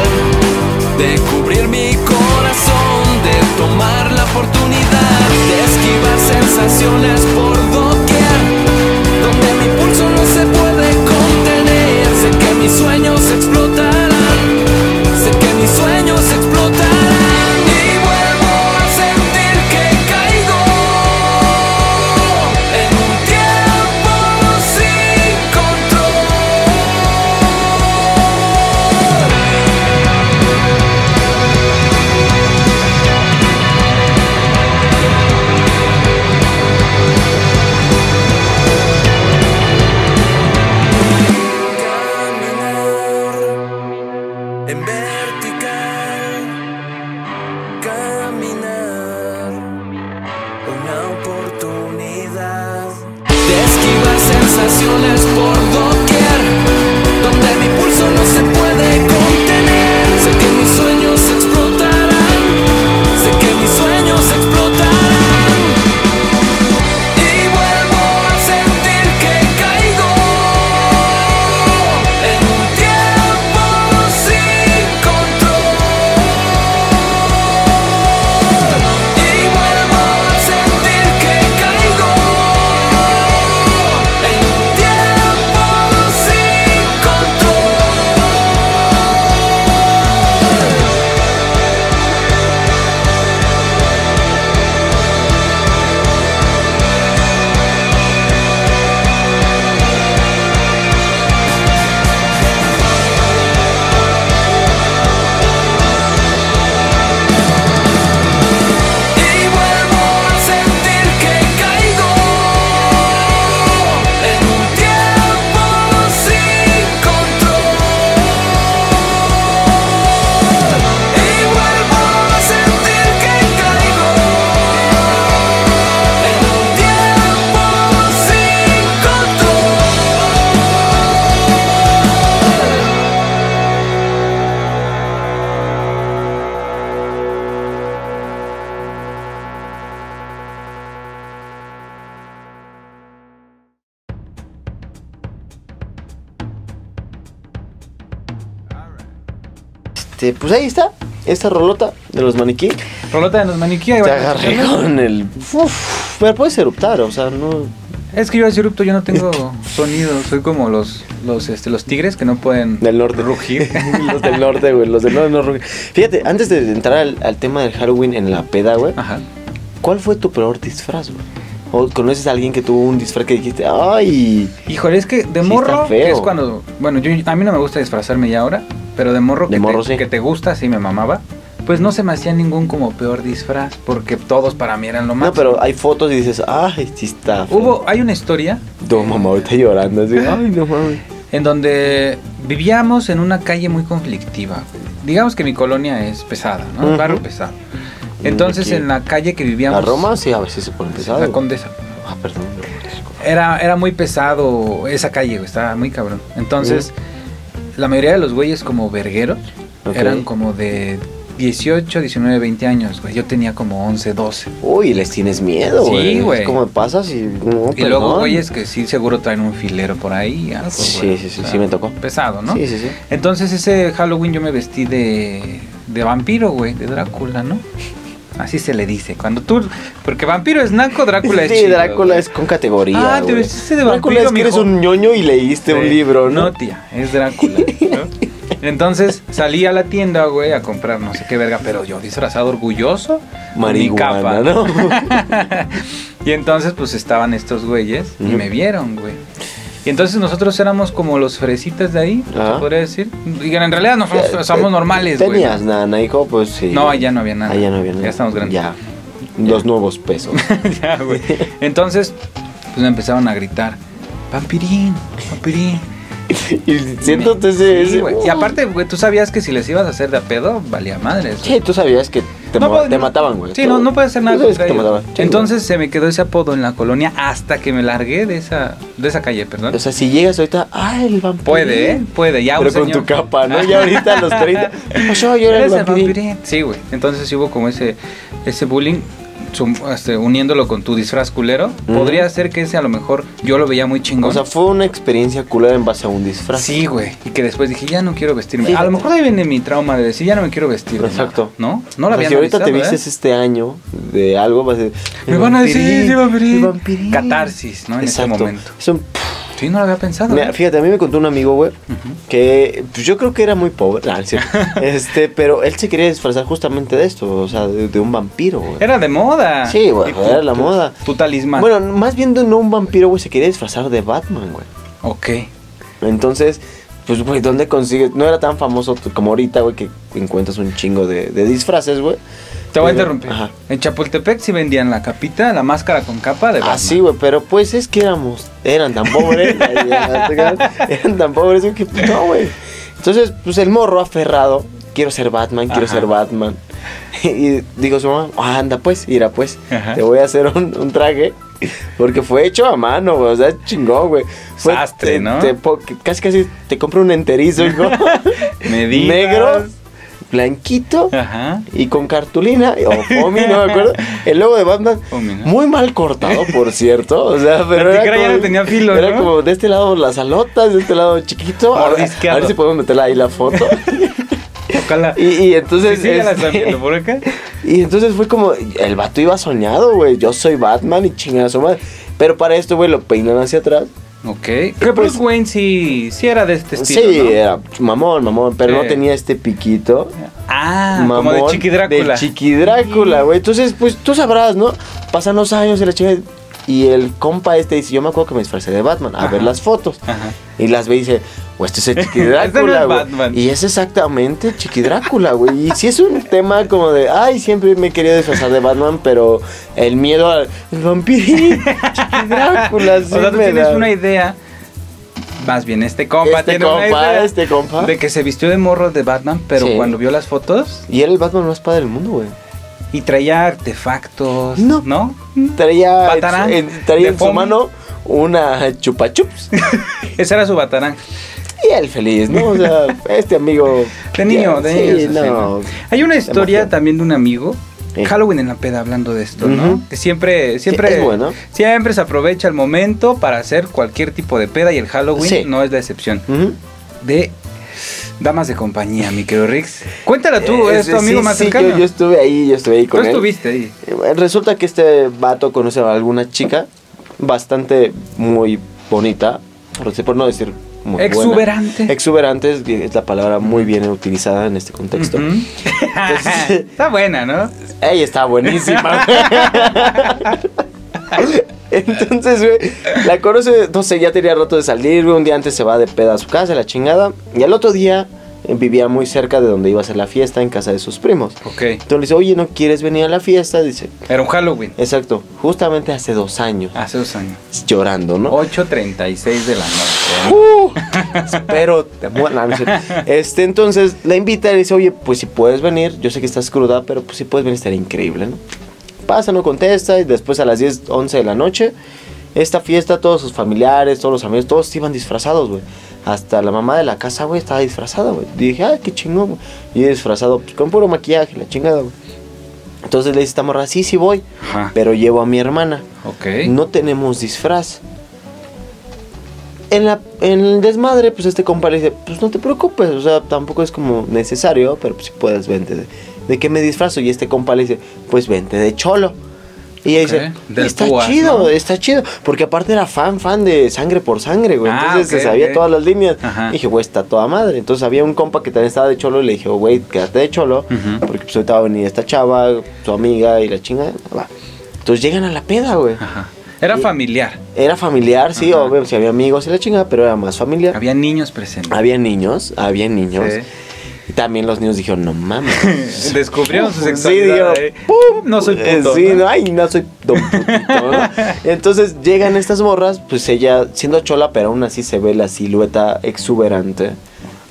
[SPEAKER 3] de cubrir mi corazón, de tomar la oportunidad de esquivar sensaciones por doquier, donde mi pulso no se puede contener. Sé que mis sueños explotarán, sé que mis sueños explotarán y vuelvo a sentir que caigo. En un tiempo sin control Caminar en vertical Caminar una oportunidad de esquivar sensaciones por doquier, donde mi pulso no se puede contener. Sé que mis sueños explotarán, sé que mis sueños explotarán. Y vuelvo a sentir que caigo en un tiempo sin control. Y vuelvo a sentir que caigo en un tiempo sin control. Y vuelvo a sentir que caigo en un tiempo sin control. Y vuelvo a sentir que caigo en un tiempo sin control.
[SPEAKER 2] Este, pues ahí está. Esta rolota de los maniquí.
[SPEAKER 1] Rolota de los maniquíes.
[SPEAKER 2] Te
[SPEAKER 1] vayan a
[SPEAKER 2] agarré
[SPEAKER 1] checarla.
[SPEAKER 2] con el. Uf, pero puedes eruptar, o sea, no.
[SPEAKER 1] Es que yo de erupto
[SPEAKER 2] <laughs>
[SPEAKER 1] yo no tengo sonido, soy como los los este los tigres que no pueden
[SPEAKER 2] Del norte.
[SPEAKER 1] rugir.
[SPEAKER 2] <laughs> los del norte, güey. Los del norte no rugen. Fíjate, antes de entrar al, al tema del Halloween en la peda, güey.
[SPEAKER 1] Ajá.
[SPEAKER 2] ¿Cuál fue tu peor disfraz, güey? ¿O conoces a alguien que tuvo un disfraz que dijiste, ay,
[SPEAKER 1] Híjole, es que de
[SPEAKER 2] Sí
[SPEAKER 1] morro
[SPEAKER 2] está feo.
[SPEAKER 1] que es cuando bueno, yo a mí no me gusta disfrazarme ya ahora, pero de morro que
[SPEAKER 2] De
[SPEAKER 1] te,
[SPEAKER 2] morro, sí.
[SPEAKER 1] que te gusta sí me mamaba. Pues no se me hacía ningún como peor disfraz, porque todos para mí eran lo más.
[SPEAKER 2] No, pero hay fotos y dices, ay, sí está. feo".
[SPEAKER 1] hubo hay una historia
[SPEAKER 2] Tu mamá ahorita llorando así, ay, no mames.
[SPEAKER 1] en donde vivíamos en una calle muy conflictiva. Digamos que mi colonia es pesada, ¿no? Un barrio
[SPEAKER 2] Ujú.
[SPEAKER 1] pesado. Entonces
[SPEAKER 2] Aquí.
[SPEAKER 1] en la calle que
[SPEAKER 2] ¿La
[SPEAKER 1] vivíamos...
[SPEAKER 2] Roma? Sí, a veces se pone pesado.
[SPEAKER 1] La
[SPEAKER 2] güey.
[SPEAKER 1] Condesa.
[SPEAKER 2] Ah, perdón. güey.
[SPEAKER 1] Era, era muy pesado esa calle, güey, estaba muy cabrón. Entonces, la mayoría de los güeyes como vergueros
[SPEAKER 2] Ok.
[SPEAKER 1] eran como de 18, 19, 20 años, güey. Yo tenía como 11, 12.
[SPEAKER 2] Uy, les tienes miedo,
[SPEAKER 1] Sí,
[SPEAKER 2] güey. Es
[SPEAKER 1] güey.
[SPEAKER 2] como pasas y... No,
[SPEAKER 1] y luego
[SPEAKER 2] perdón.
[SPEAKER 1] güeyes que sí seguro traen un filero por ahí. algo,
[SPEAKER 2] Sí,
[SPEAKER 1] güey.
[SPEAKER 2] sí, sí, sí me tocó.
[SPEAKER 1] Pesado, ¿no?
[SPEAKER 2] Sí, sí, sí.
[SPEAKER 1] Entonces ese Halloween yo me vestí de, de vampiro, güey, de Drácula, ¿no? Así se le dice. Cuando tú... Porque vampiro es naco, Drácula es
[SPEAKER 2] sí,
[SPEAKER 1] chido,
[SPEAKER 2] Drácula
[SPEAKER 1] güey.
[SPEAKER 2] es con categoría.
[SPEAKER 1] Ah, te
[SPEAKER 2] güey.
[SPEAKER 1] vestiste de
[SPEAKER 2] Drácula
[SPEAKER 1] vampiro,
[SPEAKER 2] es que eres
[SPEAKER 1] mijo.
[SPEAKER 2] un ñoño y leíste un
[SPEAKER 1] Sí.
[SPEAKER 2] libro, ¿no?
[SPEAKER 1] No, tía, es
[SPEAKER 2] <laughs>
[SPEAKER 1] Drácula. ¿no? Entonces salí a la tienda, güey, a comprar no sé qué verga, pero yo disfrazado orgulloso. con mi capa.
[SPEAKER 2] Marihuana, ¿no? <laughs>
[SPEAKER 1] Y entonces, pues estaban estos güeyes y
[SPEAKER 2] Ujú.
[SPEAKER 1] me vieron, güey. Y entonces nosotros éramos como los fresitas de ahí,
[SPEAKER 2] Ajá.
[SPEAKER 1] se podría decir. Y en realidad no somos,
[SPEAKER 2] Eh,
[SPEAKER 1] Pues, somos
[SPEAKER 2] eh,
[SPEAKER 1] normales, güey.
[SPEAKER 2] ¿Tenías nana, hijo? Pues sí.
[SPEAKER 1] No, ya no había nada.
[SPEAKER 2] Ah, ya no había nada.
[SPEAKER 1] Ya estamos grandes.
[SPEAKER 2] Ya. Los nuevos pesos.
[SPEAKER 1] <laughs> Ya, güey.
[SPEAKER 2] <laughs>
[SPEAKER 1] Entonces, pues me empezaron a gritar: Vampirín, vampirín.
[SPEAKER 2] y siéntate ese... Uh,
[SPEAKER 1] Sí,
[SPEAKER 2] ese-
[SPEAKER 1] güey. Y aparte, güey, tú sabías que si les ibas a hacer de a pedo, valía madres. güey.
[SPEAKER 2] Che, tú sabías que te,
[SPEAKER 1] No
[SPEAKER 2] ma-
[SPEAKER 1] pod-
[SPEAKER 2] te mataban, güey.
[SPEAKER 1] Sí, no, no puede hacer nada.
[SPEAKER 2] Tú sabías que
[SPEAKER 1] contra
[SPEAKER 2] te
[SPEAKER 1] ellos.
[SPEAKER 2] mataban. Sí,
[SPEAKER 1] Entonces se me quedó ese apodo en la colonia hasta que me largué de esa, de esa calle,
[SPEAKER 2] güey.
[SPEAKER 1] perdón.
[SPEAKER 2] O sea, si llegas ahorita... Ah, el vampiro.
[SPEAKER 1] puede, ¿eh? Puede, ya un
[SPEAKER 2] Pero con
[SPEAKER 1] señor-
[SPEAKER 2] tu capa,
[SPEAKER 1] <laughs>
[SPEAKER 2] ¿no? Ya ahorita a los 30. ¿Qué pasó? Yo era el
[SPEAKER 1] Eres el
[SPEAKER 2] vampirín.
[SPEAKER 1] vampirín. Sí, güey. Entonces sí hubo como ese, ese bullying. sum- este, uniéndolo con tu disfraz culero,
[SPEAKER 2] Ujú.
[SPEAKER 1] podría ser que ese a lo mejor yo lo veía muy chingón.
[SPEAKER 2] O sea, fue una experiencia culera en base a un disfraz.
[SPEAKER 1] Sí, güey. Y que después dije, ya no quiero vestirme.
[SPEAKER 2] Fíjate.
[SPEAKER 1] A lo mejor ahí viene mi trauma de decir, ya no me quiero vestir. de nada",
[SPEAKER 2] Exacto.
[SPEAKER 1] ¿No? No lo
[SPEAKER 2] O sea,
[SPEAKER 1] había
[SPEAKER 2] Si ahorita te
[SPEAKER 1] analizado, ¿eh?
[SPEAKER 2] vistes este año de algo, vas a decir.
[SPEAKER 1] Me
[SPEAKER 2] "El
[SPEAKER 1] van a decir,
[SPEAKER 2] vampirín,
[SPEAKER 1] sí, vampirín".
[SPEAKER 2] el vampirín.
[SPEAKER 1] Catarsis, ¿no? En ese
[SPEAKER 2] Exacto.
[SPEAKER 1] momento.
[SPEAKER 2] Es un-
[SPEAKER 1] Sí, no lo había pensado.
[SPEAKER 2] Mira,
[SPEAKER 1] ¿eh?
[SPEAKER 2] fíjate, a mí me contó un amigo, güey, que pues, yo creo que era muy pobre. nah, es cierto.
[SPEAKER 1] <laughs>
[SPEAKER 2] este, pero él se quería disfrazar justamente de esto, o sea, de, de un vampiro, güey.
[SPEAKER 1] Era de moda.
[SPEAKER 2] Sí, güey,
[SPEAKER 1] Y
[SPEAKER 2] era la
[SPEAKER 1] tu-
[SPEAKER 2] moda.
[SPEAKER 1] Tu talismán.
[SPEAKER 2] Bueno, más bien de no un vampiro, güey, se quería disfrazar de Batman, güey.
[SPEAKER 1] Ok.
[SPEAKER 2] Entonces, pues, güey, ¿dónde consigues? No era tan famoso t- como ahorita, güey, que encuentras un chingo de, de disfraces, güey.
[SPEAKER 1] Te voy a
[SPEAKER 2] Pero-
[SPEAKER 1] interrumpir.
[SPEAKER 2] Ajá.
[SPEAKER 1] En Chapultepec sí vendían la capita, la máscara con capa de Batman.
[SPEAKER 2] Así, Ah, güey, pero pues es que éramos, eran tan pobres, <laughs> ay, ya, eran tan pobres, güey, que pues, no, güey. Entonces, pues el morro aferrado, quiero ser Batman, quiero
[SPEAKER 1] Ajá.
[SPEAKER 2] ser Batman. <laughs> Y digo su mamá, "Ah, anda pues, mira pues,
[SPEAKER 1] Ajá.
[SPEAKER 2] te voy a hacer un, un traje. Porque fue hecho a mano, güey, o sea, chingón, güey. Fue-
[SPEAKER 1] Sastre,
[SPEAKER 2] te-
[SPEAKER 1] ¿no?
[SPEAKER 2] te po- casi, casi te compro un
[SPEAKER 1] <laughs>
[SPEAKER 2] enterizo, hijo.
[SPEAKER 1] Medidas.
[SPEAKER 2] Negro, blanquito
[SPEAKER 1] Ajá.
[SPEAKER 2] y con cartulina
[SPEAKER 1] <laughs>
[SPEAKER 2] o foamy, no me acuerdo. El logo de Batman,
[SPEAKER 1] Foamy, ¿no?
[SPEAKER 2] muy mal cortado, por cierto. O sea, pero
[SPEAKER 1] La
[SPEAKER 2] era
[SPEAKER 1] tijera ya
[SPEAKER 2] como,
[SPEAKER 1] no tenía filo,
[SPEAKER 2] era
[SPEAKER 1] ¿no?
[SPEAKER 2] como de este lado las alotas, de este lado chiquito. A ver,
[SPEAKER 1] Mordisqueado.
[SPEAKER 2] a ver si podemos meterla ahí
[SPEAKER 1] <laughs>
[SPEAKER 2] la foto.
[SPEAKER 1] Ojalá.
[SPEAKER 2] y, y entonces
[SPEAKER 1] Sí, sí, ya la están
[SPEAKER 2] este,
[SPEAKER 1] viendo por acá.
[SPEAKER 2] <laughs> y entonces fue como el vato iba soñado, güey. Yo soy Batman y chingada su madre. Pero para esto, güey, lo peinan hacia atrás.
[SPEAKER 1] Ok. Que Bruce Wayne sí, sí era de este estilo,
[SPEAKER 2] Pues- sí,
[SPEAKER 1] ¿no?
[SPEAKER 2] era mamón, mamón, pero
[SPEAKER 1] Sí.
[SPEAKER 2] no tenía este piquito.
[SPEAKER 1] Ah, como
[SPEAKER 2] mamón
[SPEAKER 1] de Chiqui Drácula.
[SPEAKER 2] De Chiqui Drácula, güey. Entonces, pues tú sabrás, ¿no? Pasan los años y la chica. Y el compa este dice: Yo me acuerdo que me disfrazé de Batman. A
[SPEAKER 1] Ajá.
[SPEAKER 2] ver las fotos.
[SPEAKER 1] Ajá.
[SPEAKER 2] Y las ve y dice: O este es el
[SPEAKER 1] <laughs>
[SPEAKER 2] Chiqui
[SPEAKER 1] Este no es
[SPEAKER 2] Drácula, güey.
[SPEAKER 1] Batman.
[SPEAKER 2] y es exactamente Chiqui Drácula, güey. Y si es un tema como de: Ay, siempre me he querido disfrazar de Batman, pero el miedo al el vampirín. Chiqui Drácula, sí.
[SPEAKER 1] <laughs> o sea, tú
[SPEAKER 2] me
[SPEAKER 1] tienes
[SPEAKER 2] da.
[SPEAKER 1] una idea. Más bien, este compa
[SPEAKER 2] Este
[SPEAKER 1] tiene una
[SPEAKER 2] compa,
[SPEAKER 1] idea
[SPEAKER 2] este compa.
[SPEAKER 1] De que se vistió de morro de Batman, pero
[SPEAKER 2] Sí.
[SPEAKER 1] cuando vio las fotos
[SPEAKER 2] Y era el Batman más padre del mundo, güey.
[SPEAKER 1] y traía artefactos,
[SPEAKER 2] No.
[SPEAKER 1] ¿no?
[SPEAKER 2] Traía,
[SPEAKER 1] Batarán
[SPEAKER 2] en, traía
[SPEAKER 1] de
[SPEAKER 2] en su
[SPEAKER 1] foamy.
[SPEAKER 2] mano una chupa chups
[SPEAKER 1] Ese era su batarán.
[SPEAKER 2] y él feliz, ¿no?
[SPEAKER 1] <laughs>
[SPEAKER 2] O sea, este amigo.
[SPEAKER 1] De niño, de niño.
[SPEAKER 2] Sí,
[SPEAKER 1] eso sí,
[SPEAKER 2] no.
[SPEAKER 1] ¿no? Hay una historia
[SPEAKER 2] Demasiado.
[SPEAKER 1] también de un amigo.
[SPEAKER 2] Sí.
[SPEAKER 1] Halloween en la peda hablando de esto, ¿no?
[SPEAKER 2] Ujú.
[SPEAKER 1] Que siempre, siempre,
[SPEAKER 2] es bueno.
[SPEAKER 1] siempre se aprovecha el momento para hacer cualquier tipo de peda y el Halloween
[SPEAKER 2] Sí.
[SPEAKER 1] no es la excepción.
[SPEAKER 2] Ujú.
[SPEAKER 1] De damas de compañía, mi querido Rix. Cuéntala tú,
[SPEAKER 2] Eh,
[SPEAKER 1] es tu
[SPEAKER 2] sí,
[SPEAKER 1] amigo más
[SPEAKER 2] sí,
[SPEAKER 1] cercano.
[SPEAKER 2] Yo, yo estuve ahí, yo estuve ahí
[SPEAKER 1] tú
[SPEAKER 2] con él.
[SPEAKER 1] estuviste ahí.
[SPEAKER 2] Eh, Resulta que este vato conoce a alguna chica bastante muy bonita, por, por no decir muy buena.
[SPEAKER 1] Exuberante.
[SPEAKER 2] Exuberante es, es la palabra muy bien utilizada en este contexto.
[SPEAKER 1] Ujú.
[SPEAKER 2] Entonces-
[SPEAKER 1] <laughs> Está buena, ¿no?
[SPEAKER 2] Ella está buenísima. güey. Entonces, güey, la conoce, no sé, ya tenía rato de salir, güey, un día antes se va de peda a su casa, la chingada, y al otro día eh, vivía muy cerca de donde iba a ser la fiesta, en casa de sus primos.
[SPEAKER 1] Ok.
[SPEAKER 2] Entonces le dice, oye, ¿no quieres venir a la fiesta? Dice,
[SPEAKER 1] Era un Halloween.
[SPEAKER 2] exacto, justamente hace dos años,
[SPEAKER 1] Hace dos años.
[SPEAKER 2] llorando, ¿no?
[SPEAKER 1] 8.36 de la noche.
[SPEAKER 2] Uh, <laughs> espero te muera. No, no es cierto. Este, entonces la invita y le dice, oye, pues si puedes venir, yo sé que estás cruda, pero pues si puedes venir estaría increíble, ¿no? Pasa, no contesta, y después a las 10, 11 de la noche, esta fiesta, todos sus familiares, todos los amigos, todos iban disfrazados, güey. Hasta la mamá de la casa, güey, estaba disfrazada, güey. Y dije, ah, qué chingón, güey. Y disfrazado, pues con puro maquillaje, la chingada, güey. Entonces le dice esta morra, sí, sí voy,
[SPEAKER 1] Ajá.
[SPEAKER 2] pero llevo a mi hermana
[SPEAKER 1] Ok.
[SPEAKER 2] no tenemos disfraz. En, la, en el desmadre, pues este compa le dice, pues no te preocupes, o sea, tampoco es como necesario, pero pues, si puedes, vente. ¿De, ¿De qué me disfrazo? Y este compa le dice, pues vente de cholo. Y ella
[SPEAKER 1] Ok,
[SPEAKER 2] dice,
[SPEAKER 1] del
[SPEAKER 2] está
[SPEAKER 1] Púas,
[SPEAKER 2] chido,
[SPEAKER 1] ¿no?
[SPEAKER 2] está chido. Porque aparte era fan, fan de sangre por sangre, güey.
[SPEAKER 1] Ah,
[SPEAKER 2] Entonces
[SPEAKER 1] ok,
[SPEAKER 2] se sabía
[SPEAKER 1] ok.
[SPEAKER 2] todas las líneas.
[SPEAKER 1] Ajá.
[SPEAKER 2] Y dije, güey, está toda madre. Entonces había un compa que también estaba de cholo y le dije, güey, quédate de cholo.
[SPEAKER 1] Ujú.
[SPEAKER 2] Porque pues ahorita va a venir esta chava, tu amiga y la chinga. va. Entonces llegan a la peda, güey.
[SPEAKER 1] Ajá. Era
[SPEAKER 2] Y-
[SPEAKER 1] familiar.
[SPEAKER 2] Era familiar, sí,
[SPEAKER 1] Ajá.
[SPEAKER 2] obvio, sí había amigos y la chingada, pero era más familiar. Había,
[SPEAKER 1] Había niños presentes.
[SPEAKER 2] niños, había niños.
[SPEAKER 1] Sí.
[SPEAKER 2] Y también los niños dijeron, no
[SPEAKER 1] <laughs>
[SPEAKER 2] mames.
[SPEAKER 1] Descubrieron su
[SPEAKER 2] Sí,
[SPEAKER 1] sexualidad.
[SPEAKER 2] digo,
[SPEAKER 1] eh. No soy
[SPEAKER 2] Eh,
[SPEAKER 1] puto.
[SPEAKER 2] sí,
[SPEAKER 1] ¿no?
[SPEAKER 2] ¿no? ay, no soy don putito,
[SPEAKER 1] <laughs>
[SPEAKER 2] ¿no? Entonces llegan estas morras, pues ella, siendo chola, pero aún así se ve la silueta exuberante.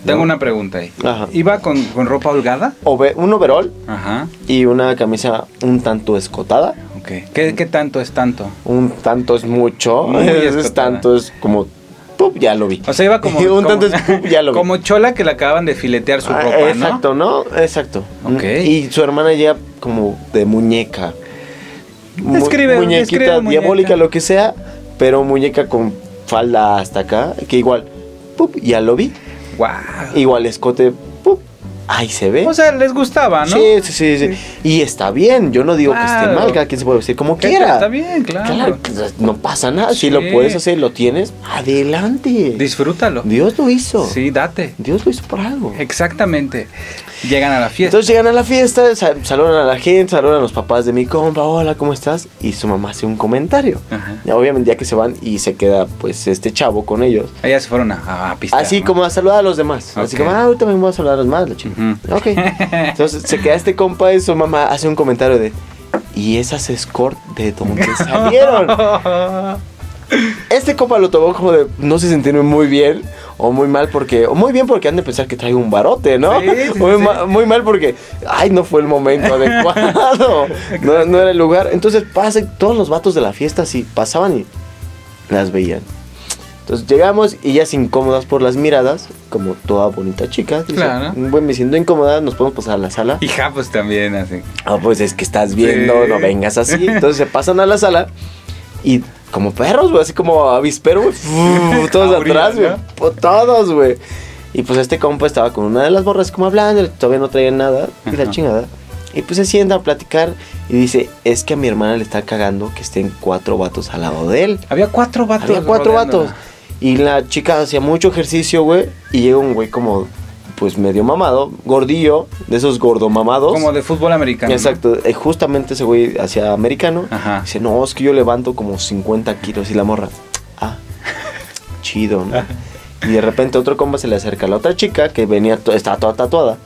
[SPEAKER 1] Tengo
[SPEAKER 2] ¿no?
[SPEAKER 1] una pregunta ahí.
[SPEAKER 2] Ajá.
[SPEAKER 1] ¿Iba con, con ropa holgada?
[SPEAKER 2] Ove- un overall
[SPEAKER 1] Ajá.
[SPEAKER 2] y una camisa un tanto escotada.
[SPEAKER 1] Ok. ¿Qué, qué tanto es tanto?
[SPEAKER 2] Un tanto es mucho.
[SPEAKER 1] Muy
[SPEAKER 2] <laughs> es
[SPEAKER 1] escotada.
[SPEAKER 2] tanto es como, ¡pup! ya lo vi.
[SPEAKER 1] O sea, iba como.
[SPEAKER 2] <laughs> un
[SPEAKER 1] como- <laughs>
[SPEAKER 2] tanto es, ¡pup! ya lo vi.
[SPEAKER 1] Como chola que le acababan de filetear su
[SPEAKER 2] Ah,
[SPEAKER 1] ropa, ¿no?
[SPEAKER 2] Exacto, ¿no? Exacto.
[SPEAKER 1] Ok.
[SPEAKER 2] Y su hermana ya como de muñeca. Mu-
[SPEAKER 1] Describe-
[SPEAKER 2] muñequita
[SPEAKER 1] describe muñeca.
[SPEAKER 2] diabólica, lo que sea, pero muñeca con falda hasta acá, que igual, ¡pup! ya lo vi.
[SPEAKER 1] Wow.
[SPEAKER 2] Igual escote, ¡pup! ahí se ve.
[SPEAKER 1] O sea, les gustaba, ¿no?
[SPEAKER 2] sí, sí, sí, sí. Y está bien, yo no digo que esté
[SPEAKER 1] Claro.
[SPEAKER 2] mal, cada quien se puede vestir como
[SPEAKER 1] Que
[SPEAKER 2] quiera.
[SPEAKER 1] Está bien, claro.
[SPEAKER 2] Claro, pues, no pasa nada, si
[SPEAKER 1] Sí.
[SPEAKER 2] lo puedes hacer, lo tienes, adelante.
[SPEAKER 1] Disfrútalo.
[SPEAKER 2] Dios lo hizo.
[SPEAKER 1] Sí, date.
[SPEAKER 2] Dios lo hizo por algo.
[SPEAKER 1] Exactamente. Llegan a la fiesta.
[SPEAKER 2] Entonces llegan a la fiesta, sal- saludan a la gente, saludan a los papás de mi compa, hola, ¿cómo estás? Y su mamá hace un comentario.
[SPEAKER 1] Ajá.
[SPEAKER 2] Y Obviamente ya que se van y se queda pues este chavo con ellos.
[SPEAKER 1] Ellas se fueron a, a pistear,
[SPEAKER 2] Así
[SPEAKER 1] ¿no?
[SPEAKER 2] como a saludar a los demás. Así
[SPEAKER 1] Ok.
[SPEAKER 2] como, ah, ahorita me voy a saludar a los demás, la chica.
[SPEAKER 1] Ujú.
[SPEAKER 2] Ok. Entonces se queda este compa y su mamá hace un comentario de, ¿y esas escort
[SPEAKER 1] <laughs>
[SPEAKER 2] de dónde salieron? Este compa lo tomó como de no sé sentirme muy bien o muy mal porque o muy bien porque han de pensar que traigo un barote, ¿no?
[SPEAKER 1] Sí, sí,
[SPEAKER 2] muy,
[SPEAKER 1] sí.
[SPEAKER 2] ma- muy mal porque ay, no fue el momento
[SPEAKER 1] <laughs>
[SPEAKER 2] adecuado. No, no era el lugar. Entonces pasa y todos los vatos de la fiesta sí pasaban y las veían. Entonces llegamos y ellas incómodas por las miradas, como toda bonita chica. dice,
[SPEAKER 1] Claro.
[SPEAKER 2] Bueno, me siento incómoda, nos podemos pasar a la sala.
[SPEAKER 1] <laughs> Y japos también, así.
[SPEAKER 2] Ah, pues es que estás viendo,
[SPEAKER 1] Sí.
[SPEAKER 2] no vengas así. Entonces se pasan a la sala y como perros, güey, así como avispero, güey. ¡fuu! <laughs> Todos
[SPEAKER 1] Jauría,
[SPEAKER 2] atrás, güey.
[SPEAKER 1] ¿no?
[SPEAKER 2] po- Todos, güey. Y pues este compa estaba con una de las borras como hablando, todavía no traían nada, y la
[SPEAKER 1] Ajá.
[SPEAKER 2] chingada. Y pues se sienta a platicar y dice, es que a mi hermana le está cagando que estén cuatro vatos al lado de él.
[SPEAKER 1] Había cuatro vatos.
[SPEAKER 2] Había cuatro
[SPEAKER 1] rodeándola.
[SPEAKER 2] vatos. Y la chica hacía mucho ejercicio, güey. Y llega un güey como, pues medio mamado, gordillo, de esos gordomamados.
[SPEAKER 1] Como de fútbol americano. ¿no?
[SPEAKER 2] Exacto, eh, justamente ese güey hacia americano.
[SPEAKER 1] Ajá.
[SPEAKER 2] Dice, no, es que yo levanto como 50 kilos y la morra.
[SPEAKER 1] <laughs>
[SPEAKER 2] Ah, chido, ¿no? Y de repente otro compa se le acerca a la otra chica que venía, to- estaba toda tatuada.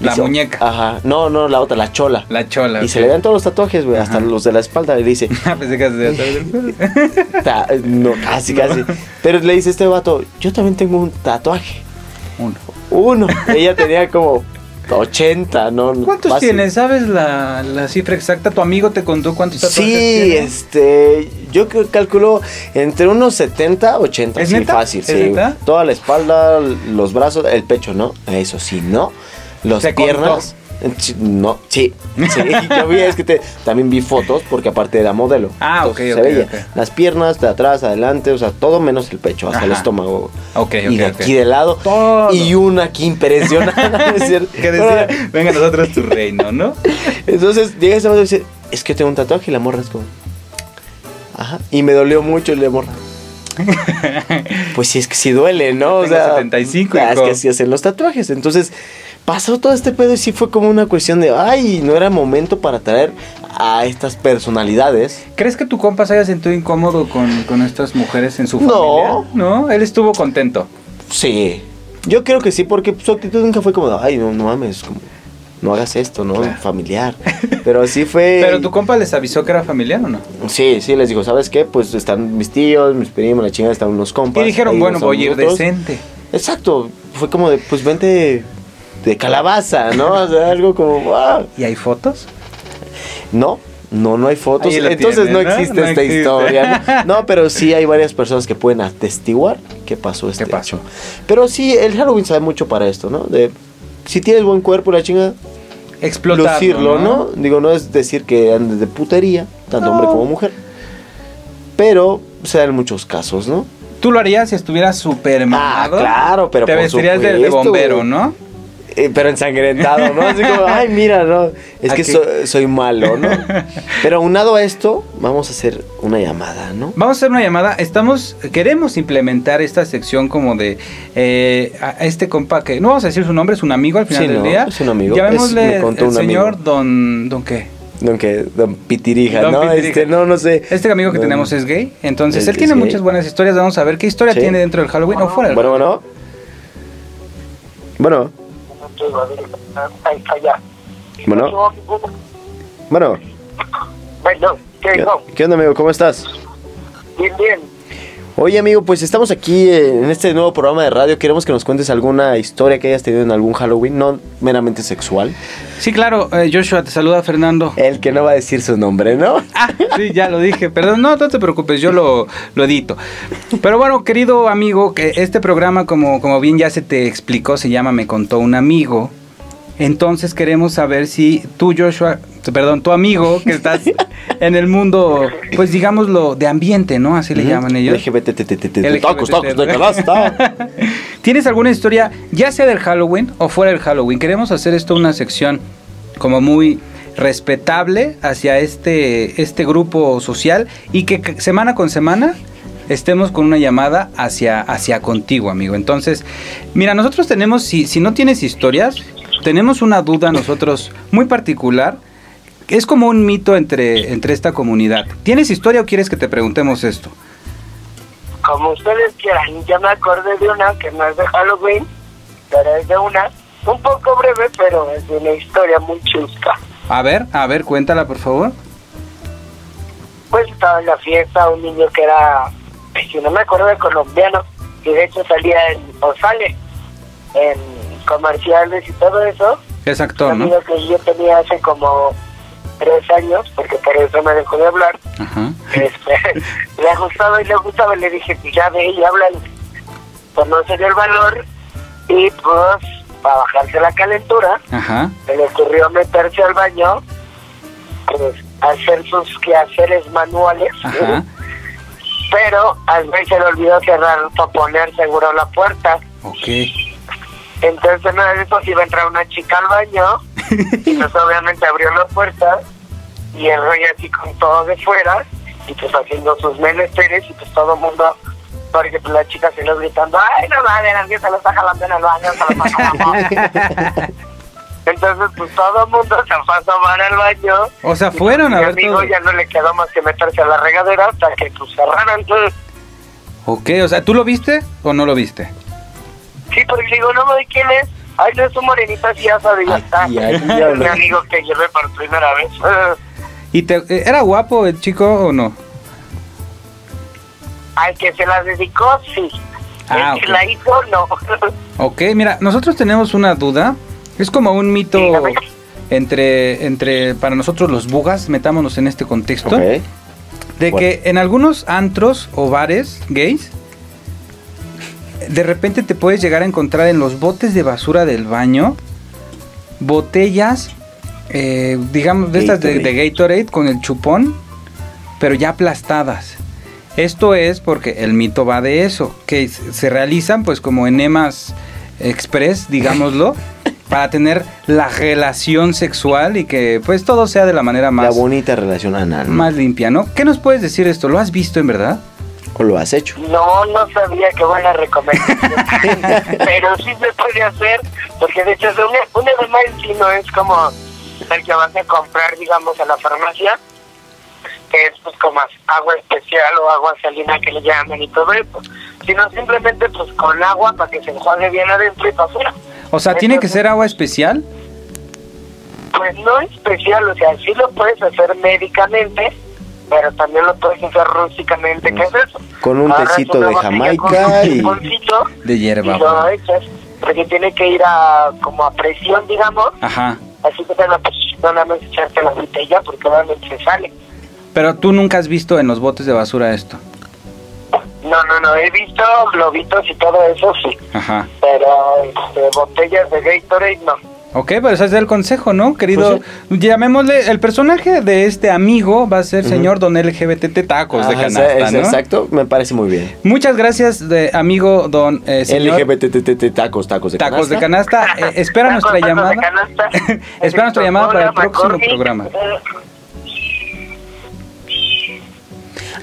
[SPEAKER 1] La muñeca.
[SPEAKER 2] Ajá, no, no, la otra, la chola.
[SPEAKER 1] La chola.
[SPEAKER 2] y se
[SPEAKER 1] ok.
[SPEAKER 2] le ven todos los tatuajes, güey, hasta
[SPEAKER 1] Ajá.
[SPEAKER 2] los de la espalda. Y
[SPEAKER 1] <laughs>
[SPEAKER 2] le dice,
[SPEAKER 1] Pensé que
[SPEAKER 2] <laughs>
[SPEAKER 1] se-
[SPEAKER 2] ta- no, casi, casi. Pero le dice este vato, yo también tengo un tatuaje.
[SPEAKER 1] Uno.
[SPEAKER 2] Uno. Ella tenía como 80, ¿no?
[SPEAKER 1] ¿Cuántos
[SPEAKER 2] Fácil.
[SPEAKER 1] tienes? ¿Sabes la, la cifra exacta? ¿Tu amigo te contó cuántos tatuajes
[SPEAKER 2] Sí,
[SPEAKER 1] tienes?
[SPEAKER 2] este, yo creo- calculo entre unos 70, 80,
[SPEAKER 1] ¿Es
[SPEAKER 2] sí,
[SPEAKER 1] neta?
[SPEAKER 2] fácil,
[SPEAKER 1] ¿Es
[SPEAKER 2] sí.
[SPEAKER 1] neta?
[SPEAKER 2] Toda la espalda, los brazos, el pecho, ¿no? Eso sí, no. Los
[SPEAKER 1] ¿Te
[SPEAKER 2] piernas. ch- No, sí,
[SPEAKER 1] <laughs>
[SPEAKER 2] sí, yo vi, es que te- también vi fotos porque aparte era modelo.
[SPEAKER 1] Ah, ok,
[SPEAKER 2] Entonces, se
[SPEAKER 1] ok,
[SPEAKER 2] veía.
[SPEAKER 1] ok.
[SPEAKER 2] Las piernas, de atrás, adelante, o sea, todo menos el pecho, hasta el
[SPEAKER 1] Ajá.
[SPEAKER 2] estómago.
[SPEAKER 1] Ok,
[SPEAKER 2] y
[SPEAKER 1] ok,
[SPEAKER 2] de
[SPEAKER 1] ok.
[SPEAKER 2] aquí de lado.
[SPEAKER 1] Todo.
[SPEAKER 2] Y una aquí impresionante. <laughs> es decir,
[SPEAKER 1] Que decía, venga a nosotros tu reino, ¿no?
[SPEAKER 2] entonces llega ese vato y dice, es que tengo un tatuaje y la morra es como... Ajá. Y me dolió mucho y
[SPEAKER 1] <laughs>
[SPEAKER 2] la morra. pues sí, es que sí duele, ¿no? o
[SPEAKER 1] Tengo
[SPEAKER 2] sea,
[SPEAKER 1] 75,
[SPEAKER 2] ah, es
[SPEAKER 1] hijo.
[SPEAKER 2] que así hacen los tatuajes. Entonces pasó todo este pedo y sí fue como una cuestión de, ay, no era momento para traer a estas personalidades.
[SPEAKER 1] ¿Crees que tu compa se haya sentido incómodo con, con estas mujeres en su
[SPEAKER 2] No.
[SPEAKER 1] familia? No. Él estuvo contento.
[SPEAKER 2] Sí. Yo creo que sí, porque su actitud nunca fue como, ay, no, no mames, como, no hagas esto, ¿no?
[SPEAKER 1] Claro.
[SPEAKER 2] Familiar. Pero sí fue...
[SPEAKER 1] <laughs> Pero tu compa les avisó que era familiar o no.
[SPEAKER 2] Sí, sí, les digo, ¿sabes qué? Pues están mis tíos, mis primos, la chingada, están unos compas.
[SPEAKER 1] Y dijeron,
[SPEAKER 2] ahí
[SPEAKER 1] bueno,
[SPEAKER 2] nos
[SPEAKER 1] voy a ir
[SPEAKER 2] nosotros".
[SPEAKER 1] decente.
[SPEAKER 2] Exacto, fue como de, pues vente de calabaza, ¿no? O sea, algo como, "Ah".
[SPEAKER 1] ¿Y hay fotos?
[SPEAKER 2] No, no, no hay fotos.
[SPEAKER 1] Ahí lo
[SPEAKER 2] Entonces
[SPEAKER 1] tiene,
[SPEAKER 2] no
[SPEAKER 1] ¿no?
[SPEAKER 2] existe
[SPEAKER 1] No
[SPEAKER 2] esta
[SPEAKER 1] existe.
[SPEAKER 2] historia.
[SPEAKER 1] <laughs>
[SPEAKER 2] ¿no? No, pero sí hay varias personas que pueden atestiguar qué pasó este
[SPEAKER 1] ¿Qué pasó?
[SPEAKER 2] hecho. Pero sí, el Halloween sabe mucho para esto, ¿no? De, si tienes buen cuerpo, la chinga,
[SPEAKER 1] Explotarlo,
[SPEAKER 2] lucirlo, ¿no? Digo, no es decir que andes de putería, tanto
[SPEAKER 1] No.
[SPEAKER 2] hombre como mujer. Pero se dan muchos casos, ¿no?
[SPEAKER 1] Tú lo harías si estuvieras súper mamado.
[SPEAKER 2] Ah, claro, pero
[SPEAKER 1] Te
[SPEAKER 2] por
[SPEAKER 1] vestirías de, de
[SPEAKER 2] supuesto,
[SPEAKER 1] bombero,
[SPEAKER 2] güey.
[SPEAKER 1] ¿no?
[SPEAKER 2] Eh, pero ensangrentado, ¿no?
[SPEAKER 1] <laughs>
[SPEAKER 2] Así como, ay, mira, no. Es que
[SPEAKER 1] Aquí.
[SPEAKER 2] soy, soy
[SPEAKER 1] <laughs>
[SPEAKER 2] malo, ¿no? Pero unado a esto, vamos a hacer una llamada, ¿no?
[SPEAKER 1] Vamos a hacer una llamada. Estamos, queremos implementar esta sección como de eh, a a este compa que no vamos a decir su nombre, es un amigo al final
[SPEAKER 2] Sí,
[SPEAKER 1] del
[SPEAKER 2] no,
[SPEAKER 1] día.
[SPEAKER 2] es un amigo. Es-
[SPEAKER 1] Llamémosle
[SPEAKER 2] me contó
[SPEAKER 1] el
[SPEAKER 2] un
[SPEAKER 1] señor
[SPEAKER 2] amigo.
[SPEAKER 1] don, don qué.
[SPEAKER 2] Don, que, don Pitirija,
[SPEAKER 1] Don
[SPEAKER 2] ¿no?
[SPEAKER 1] Pitirija.
[SPEAKER 2] Este, no, no sé.
[SPEAKER 1] Este amigo que
[SPEAKER 2] Don-
[SPEAKER 1] tenemos es gay, entonces
[SPEAKER 2] Es
[SPEAKER 1] él
[SPEAKER 2] que
[SPEAKER 1] tiene
[SPEAKER 2] es
[SPEAKER 1] muchas
[SPEAKER 2] gay.
[SPEAKER 1] buenas historias. Vamos a ver qué historia
[SPEAKER 2] Sí.
[SPEAKER 1] tiene dentro del Halloween o fuera. del-
[SPEAKER 2] Bueno, bueno. Bueno, bueno, bueno.
[SPEAKER 5] Bueno, ¿qué
[SPEAKER 2] ¿Qué,
[SPEAKER 5] dijo?
[SPEAKER 2] qué onda, amigo? ¿Cómo estás?
[SPEAKER 5] Bien, bien.
[SPEAKER 2] Oye, amigo, pues estamos aquí eh, en este nuevo programa de radio. Queremos que nos cuentes alguna historia que hayas tenido en algún Halloween, no meramente sexual.
[SPEAKER 1] Sí, claro, eh, Joshua, te saluda Fernando.
[SPEAKER 2] El que no va a decir su nombre, ¿no?
[SPEAKER 1] Ah, sí, ya lo dije. Perdón, no, no te preocupes, yo lo, lo edito. Pero bueno, querido amigo, que este programa, como, como bien ya se te explicó, se llama Me contó un amigo. Entonces queremos saber si tú, Joshua, perdón, tu amigo que estás en el mundo, pues digámoslo, de ambiente, ¿no? Así le llaman ellos.
[SPEAKER 2] LGBT,
[SPEAKER 1] LGBT.
[SPEAKER 2] tacos, tacos de canasta.
[SPEAKER 1] ¿Tienes alguna historia, ya sea del Halloween o fuera del Halloween? Queremos hacer esto una sección como muy respetable hacia este, este grupo social y que c- semana con semana estemos con una llamada hacia, hacia contigo, amigo. Entonces, mira, nosotros tenemos, si, si no tienes historias, tenemos una duda nosotros muy particular. que Es como un mito entre, entre esta comunidad. ¿Tienes historia o quieres que te preguntemos esto?
[SPEAKER 5] Como ustedes quieran, ya me acordé de una que no es de Halloween, pero es de una, un poco breve, pero es de una historia muy chusca.
[SPEAKER 1] A ver, a ver, cuéntala por favor.
[SPEAKER 5] Pues estaba en la fiesta un niño que era, si no me acuerdo, de colombiano, y de hecho salía en Ozale, en comerciales y todo eso.
[SPEAKER 1] Exacto,
[SPEAKER 5] Un
[SPEAKER 1] ¿no?
[SPEAKER 5] amigo que yo tenía hace como tres años, porque por eso me dejó de hablar.
[SPEAKER 1] Ajá.
[SPEAKER 5] este, <laughs> le gustaba y le gustaba y le dije pues ya ve y háblale pues no se dio el valor y pues para bajarse la calentura
[SPEAKER 1] Ajá.
[SPEAKER 5] se le ocurrió meterse al baño pues hacer sus quehaceres manuales
[SPEAKER 1] Ajá.
[SPEAKER 5] pero al güey se le olvidó cerrar para poner seguro la puerta
[SPEAKER 1] Ok.
[SPEAKER 5] entonces una de esas iba a entrar una chica al baño y
[SPEAKER 1] <laughs>
[SPEAKER 5] pues obviamente abrió la puerta y el rey así con todo de fuera y pues haciendo sus menesteres y pues todo el mundo porque pues la chica se lo gritando ay no mames alguien se lo está jalando en el baño se lo está jalando
[SPEAKER 1] <laughs>
[SPEAKER 5] entonces pues todo el mundo se fue a asomar al baño
[SPEAKER 1] O sea,
[SPEAKER 5] y, pues,
[SPEAKER 1] fueron a
[SPEAKER 5] mi
[SPEAKER 1] ver
[SPEAKER 5] amigo
[SPEAKER 1] todo.
[SPEAKER 5] ya no le quedó más que meterse a la regadera hasta que pues cerraron entonces
[SPEAKER 1] Ok, o sea, ¿tú lo viste o no lo viste?
[SPEAKER 5] Sí, porque le digo, no, ¿de quién es? Ay, no, es un morenito así asado y ya
[SPEAKER 2] Ay,
[SPEAKER 5] está.
[SPEAKER 2] tía,
[SPEAKER 5] <laughs> Es
[SPEAKER 2] tía,
[SPEAKER 5] mi
[SPEAKER 2] no.
[SPEAKER 5] amigo que llevé por primera vez. <laughs>
[SPEAKER 1] ¿Y te, eh, era guapo el chico o no?
[SPEAKER 5] Al que se las dedicó, sí.
[SPEAKER 1] Ah,
[SPEAKER 5] El
[SPEAKER 1] ok.
[SPEAKER 5] que la hizo, no. <laughs>
[SPEAKER 1] Ok, mira, nosotros tenemos una duda. Es como un mito
[SPEAKER 5] Dígame.
[SPEAKER 1] entre, entre para nosotros los bugas, metámonos en este contexto,
[SPEAKER 2] Ok.
[SPEAKER 1] de que en algunos antros o bares gays, de repente te puedes llegar a encontrar en los botes de basura del baño botellas, eh, digamos, de estas de, de Gatorade con el chupón, pero ya aplastadas. Esto es porque el mito va de eso, que s- se realizan pues como enemas express, digámoslo, para tener la relación sexual y que pues todo sea de la manera
[SPEAKER 2] La
[SPEAKER 1] más,
[SPEAKER 2] bonita relación anal. ¿no?
[SPEAKER 1] más limpia, ¿no? ¿Qué nos puedes decir esto? ¿Lo has visto en verdad?
[SPEAKER 2] ¿O lo has hecho?
[SPEAKER 5] No, no sabía que
[SPEAKER 2] <laughs>
[SPEAKER 5] buena recomendación. Pero sí se puede hacer, porque de hecho, es una, una de más sí no es como el que vas a comprar, digamos, a la farmacia, que es pues como agua especial o agua salina que le llaman y todo eso. sino simplemente pues con agua para que se enjuague bien adentro y para afuera.
[SPEAKER 1] O sea, ¿tiene que ser agua especial?
[SPEAKER 5] Pues no especial, o sea, sí lo puedes hacer médicamente, pero también lo puedes hacer rústicamente, ¿qué es eso?
[SPEAKER 2] Con un
[SPEAKER 5] Agarras
[SPEAKER 2] tecito
[SPEAKER 5] una
[SPEAKER 2] de
[SPEAKER 5] botella
[SPEAKER 2] Jamaica
[SPEAKER 5] con un
[SPEAKER 2] y-
[SPEAKER 5] chuponcito
[SPEAKER 1] de hierba, pues.
[SPEAKER 5] Y lo
[SPEAKER 1] güey.
[SPEAKER 5] echas, porque tiene que ir a como a presión, digamos,
[SPEAKER 1] Ajá.
[SPEAKER 5] así que te la no nada más echarte la botella porque obviamente se sale.
[SPEAKER 1] Pero tú nunca has visto en los botes de basura esto.
[SPEAKER 5] No, no, no, he visto globitos y todo eso, sí.
[SPEAKER 1] Ajá.
[SPEAKER 5] Pero este, botellas de Gatorade no.
[SPEAKER 1] Ok, pero ese es el consejo, ¿no, querido?
[SPEAKER 5] Pues
[SPEAKER 1] Llamémosle, el personaje de este amigo va a ser señor don LGBT Tacos de
[SPEAKER 2] Ajá,
[SPEAKER 1] canasta,
[SPEAKER 2] esa- esa-
[SPEAKER 1] ¿no?
[SPEAKER 2] Exacto, me parece muy bien.
[SPEAKER 1] Muchas gracias, de, amigo don eh, señor
[SPEAKER 2] LGBT tacos, tacos de
[SPEAKER 1] Tacos de
[SPEAKER 2] canasta.
[SPEAKER 1] canasta. Eh,
[SPEAKER 5] <laughs>
[SPEAKER 1] espera
[SPEAKER 5] Tacos,
[SPEAKER 1] nuestra
[SPEAKER 5] tacos de
[SPEAKER 1] llamada.
[SPEAKER 5] canasta.
[SPEAKER 1] <laughs> espera nuestra llamada para el
[SPEAKER 5] Hola, Eh,
[SPEAKER 1] próximo
[SPEAKER 5] McCormick.
[SPEAKER 1] programa.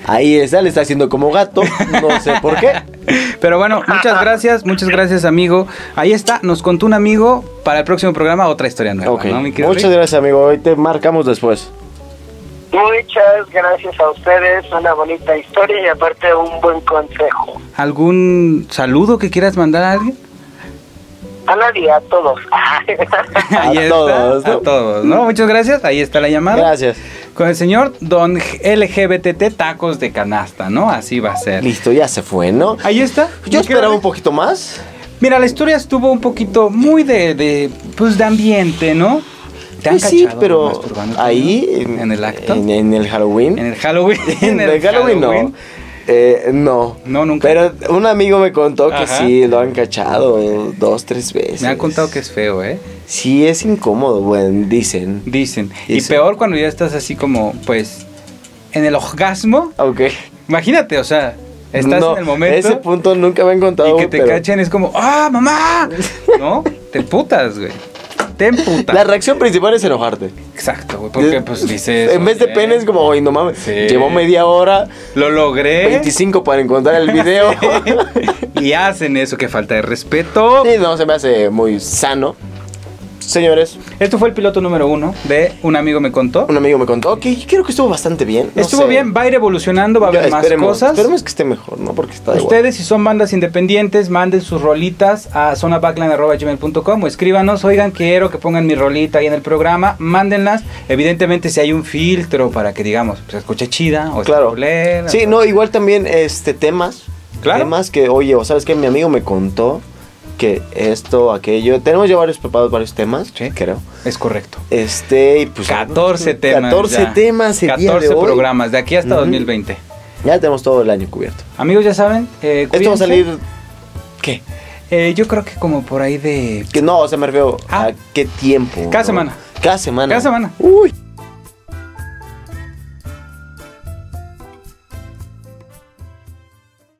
[SPEAKER 2] Ahí está, le está haciendo como gato, no sé por qué.
[SPEAKER 1] Pero bueno, muchas gracias, muchas gracias, amigo. Ahí está, nos contó un amigo para el próximo programa otra historia nueva,
[SPEAKER 2] Ok,
[SPEAKER 1] ¿no, mi querido
[SPEAKER 2] muchas
[SPEAKER 1] Rick?
[SPEAKER 2] gracias amigo, hoy te marcamos después.
[SPEAKER 5] Muchas gracias a ustedes, una bonita historia y aparte un buen consejo.
[SPEAKER 1] ¿Algún saludo que quieras mandar a alguien? <laughs>
[SPEAKER 5] A nadie, a todos. <laughs>
[SPEAKER 2] A
[SPEAKER 1] Ahí está,
[SPEAKER 2] todos,
[SPEAKER 1] a
[SPEAKER 2] ¿no?
[SPEAKER 1] todos, ¿no? Muchas gracias, ahí está la llamada.
[SPEAKER 2] Gracias.
[SPEAKER 1] Con el señor Don LGBTT Tacos de Canasta, ¿no? Así va a ser.
[SPEAKER 2] Listo, ya se fue, ¿no?
[SPEAKER 1] Ahí está.
[SPEAKER 2] Yo
[SPEAKER 1] Mi querido
[SPEAKER 2] esperaba
[SPEAKER 1] Rick.
[SPEAKER 2] un poquito más.
[SPEAKER 1] Mira, la historia estuvo un poquito muy de, de pues de ambiente, ¿no? ¿Te han
[SPEAKER 2] Pues sí,
[SPEAKER 1] cachado
[SPEAKER 2] pero
[SPEAKER 1] masturbándote,
[SPEAKER 2] ahí
[SPEAKER 1] no? en, el acto,
[SPEAKER 2] en,
[SPEAKER 1] en,
[SPEAKER 2] en el Halloween,
[SPEAKER 1] el Halloween,
[SPEAKER 2] <laughs>
[SPEAKER 1] <laughs>
[SPEAKER 2] en el Halloween, no. Eh, no.
[SPEAKER 1] No, nunca.
[SPEAKER 2] Pero un amigo me contó que
[SPEAKER 1] Ajá.
[SPEAKER 2] sí, lo han cachado eh, dos, tres veces.
[SPEAKER 1] Me han contado que es feo, ¿eh?
[SPEAKER 2] Sí, es incómodo, bueno, dicen.
[SPEAKER 1] Dicen. Y
[SPEAKER 2] Dicen.
[SPEAKER 1] peor cuando ya estás así como, pues, en el orgasmo.
[SPEAKER 2] Ok.
[SPEAKER 1] Imagínate, o sea, estás
[SPEAKER 2] No,
[SPEAKER 1] en el momento
[SPEAKER 2] Ese punto nunca me han contado.
[SPEAKER 1] y que te
[SPEAKER 2] pero
[SPEAKER 1] cachen es como, ¡ah,
[SPEAKER 2] <laughs>
[SPEAKER 1] mamá! ¿No? Te putas, güey. Te emputas.
[SPEAKER 2] La reacción principal es enojarte.
[SPEAKER 1] Exacto, güey. Porque,
[SPEAKER 2] <laughs>
[SPEAKER 1] pues, dices...
[SPEAKER 2] En vez de
[SPEAKER 1] "Oye,
[SPEAKER 2] pena es como, ay, no mames.
[SPEAKER 1] Sí. ¿Eh?
[SPEAKER 2] Llevó media hora,
[SPEAKER 1] Lo logré.
[SPEAKER 2] 25 para encontrar
[SPEAKER 1] <laughs>
[SPEAKER 2] el video.
[SPEAKER 1] y hacen eso, que falta de respeto.
[SPEAKER 2] <laughs> Sí, no, se me hace muy sano. Señores,
[SPEAKER 1] Esto fue el piloto número uno de Un amigo me contó.
[SPEAKER 2] un amigo me contó que creo que estuvo bastante bien. no
[SPEAKER 1] Estuvo
[SPEAKER 2] sé.
[SPEAKER 1] bien, va a ir evolucionando, va a
[SPEAKER 2] Ya,
[SPEAKER 1] haber más
[SPEAKER 2] esperemos,
[SPEAKER 1] cosas.
[SPEAKER 2] Esperemos que esté mejor, ¿no? Porque está de
[SPEAKER 1] Ustedes, si son bandas independientes, manden sus rolitas a zonabackline.com o escríbanos, oigan, quiero que pongan mi rolita ahí en el programa, mándenlas. Evidentemente, si hay un filtro para que, digamos, se escuche chida o
[SPEAKER 2] guay.
[SPEAKER 1] está
[SPEAKER 2] Claro.
[SPEAKER 1] culera.
[SPEAKER 2] Sí, no, igual también este temas.
[SPEAKER 1] Claro.
[SPEAKER 2] Temas que, oye, o sabes que mi amigo me contó que esto, aquello. Tenemos ya varios preparados, varios temas,
[SPEAKER 1] Sí.
[SPEAKER 2] creo.
[SPEAKER 1] Es correcto.
[SPEAKER 2] Este, y pues.
[SPEAKER 1] 14 temas.
[SPEAKER 2] 14
[SPEAKER 1] ya.
[SPEAKER 2] temas el
[SPEAKER 1] 14
[SPEAKER 2] día de hoy.
[SPEAKER 1] programas, de aquí hasta
[SPEAKER 2] Ujú.
[SPEAKER 1] 2020.
[SPEAKER 2] Ya tenemos todo el año cubierto.
[SPEAKER 1] Amigos, ya saben, eh,
[SPEAKER 2] Esto va a
[SPEAKER 1] cuídense.
[SPEAKER 2] salir. ¿Qué?
[SPEAKER 1] Eh, yo creo que como por ahí de
[SPEAKER 2] Que no, o sea, me refiero
[SPEAKER 1] Ah.
[SPEAKER 2] a qué tiempo.
[SPEAKER 1] Cada
[SPEAKER 2] ¿no?
[SPEAKER 1] semana.
[SPEAKER 2] Cada semana.
[SPEAKER 1] Cada semana.
[SPEAKER 2] Uy.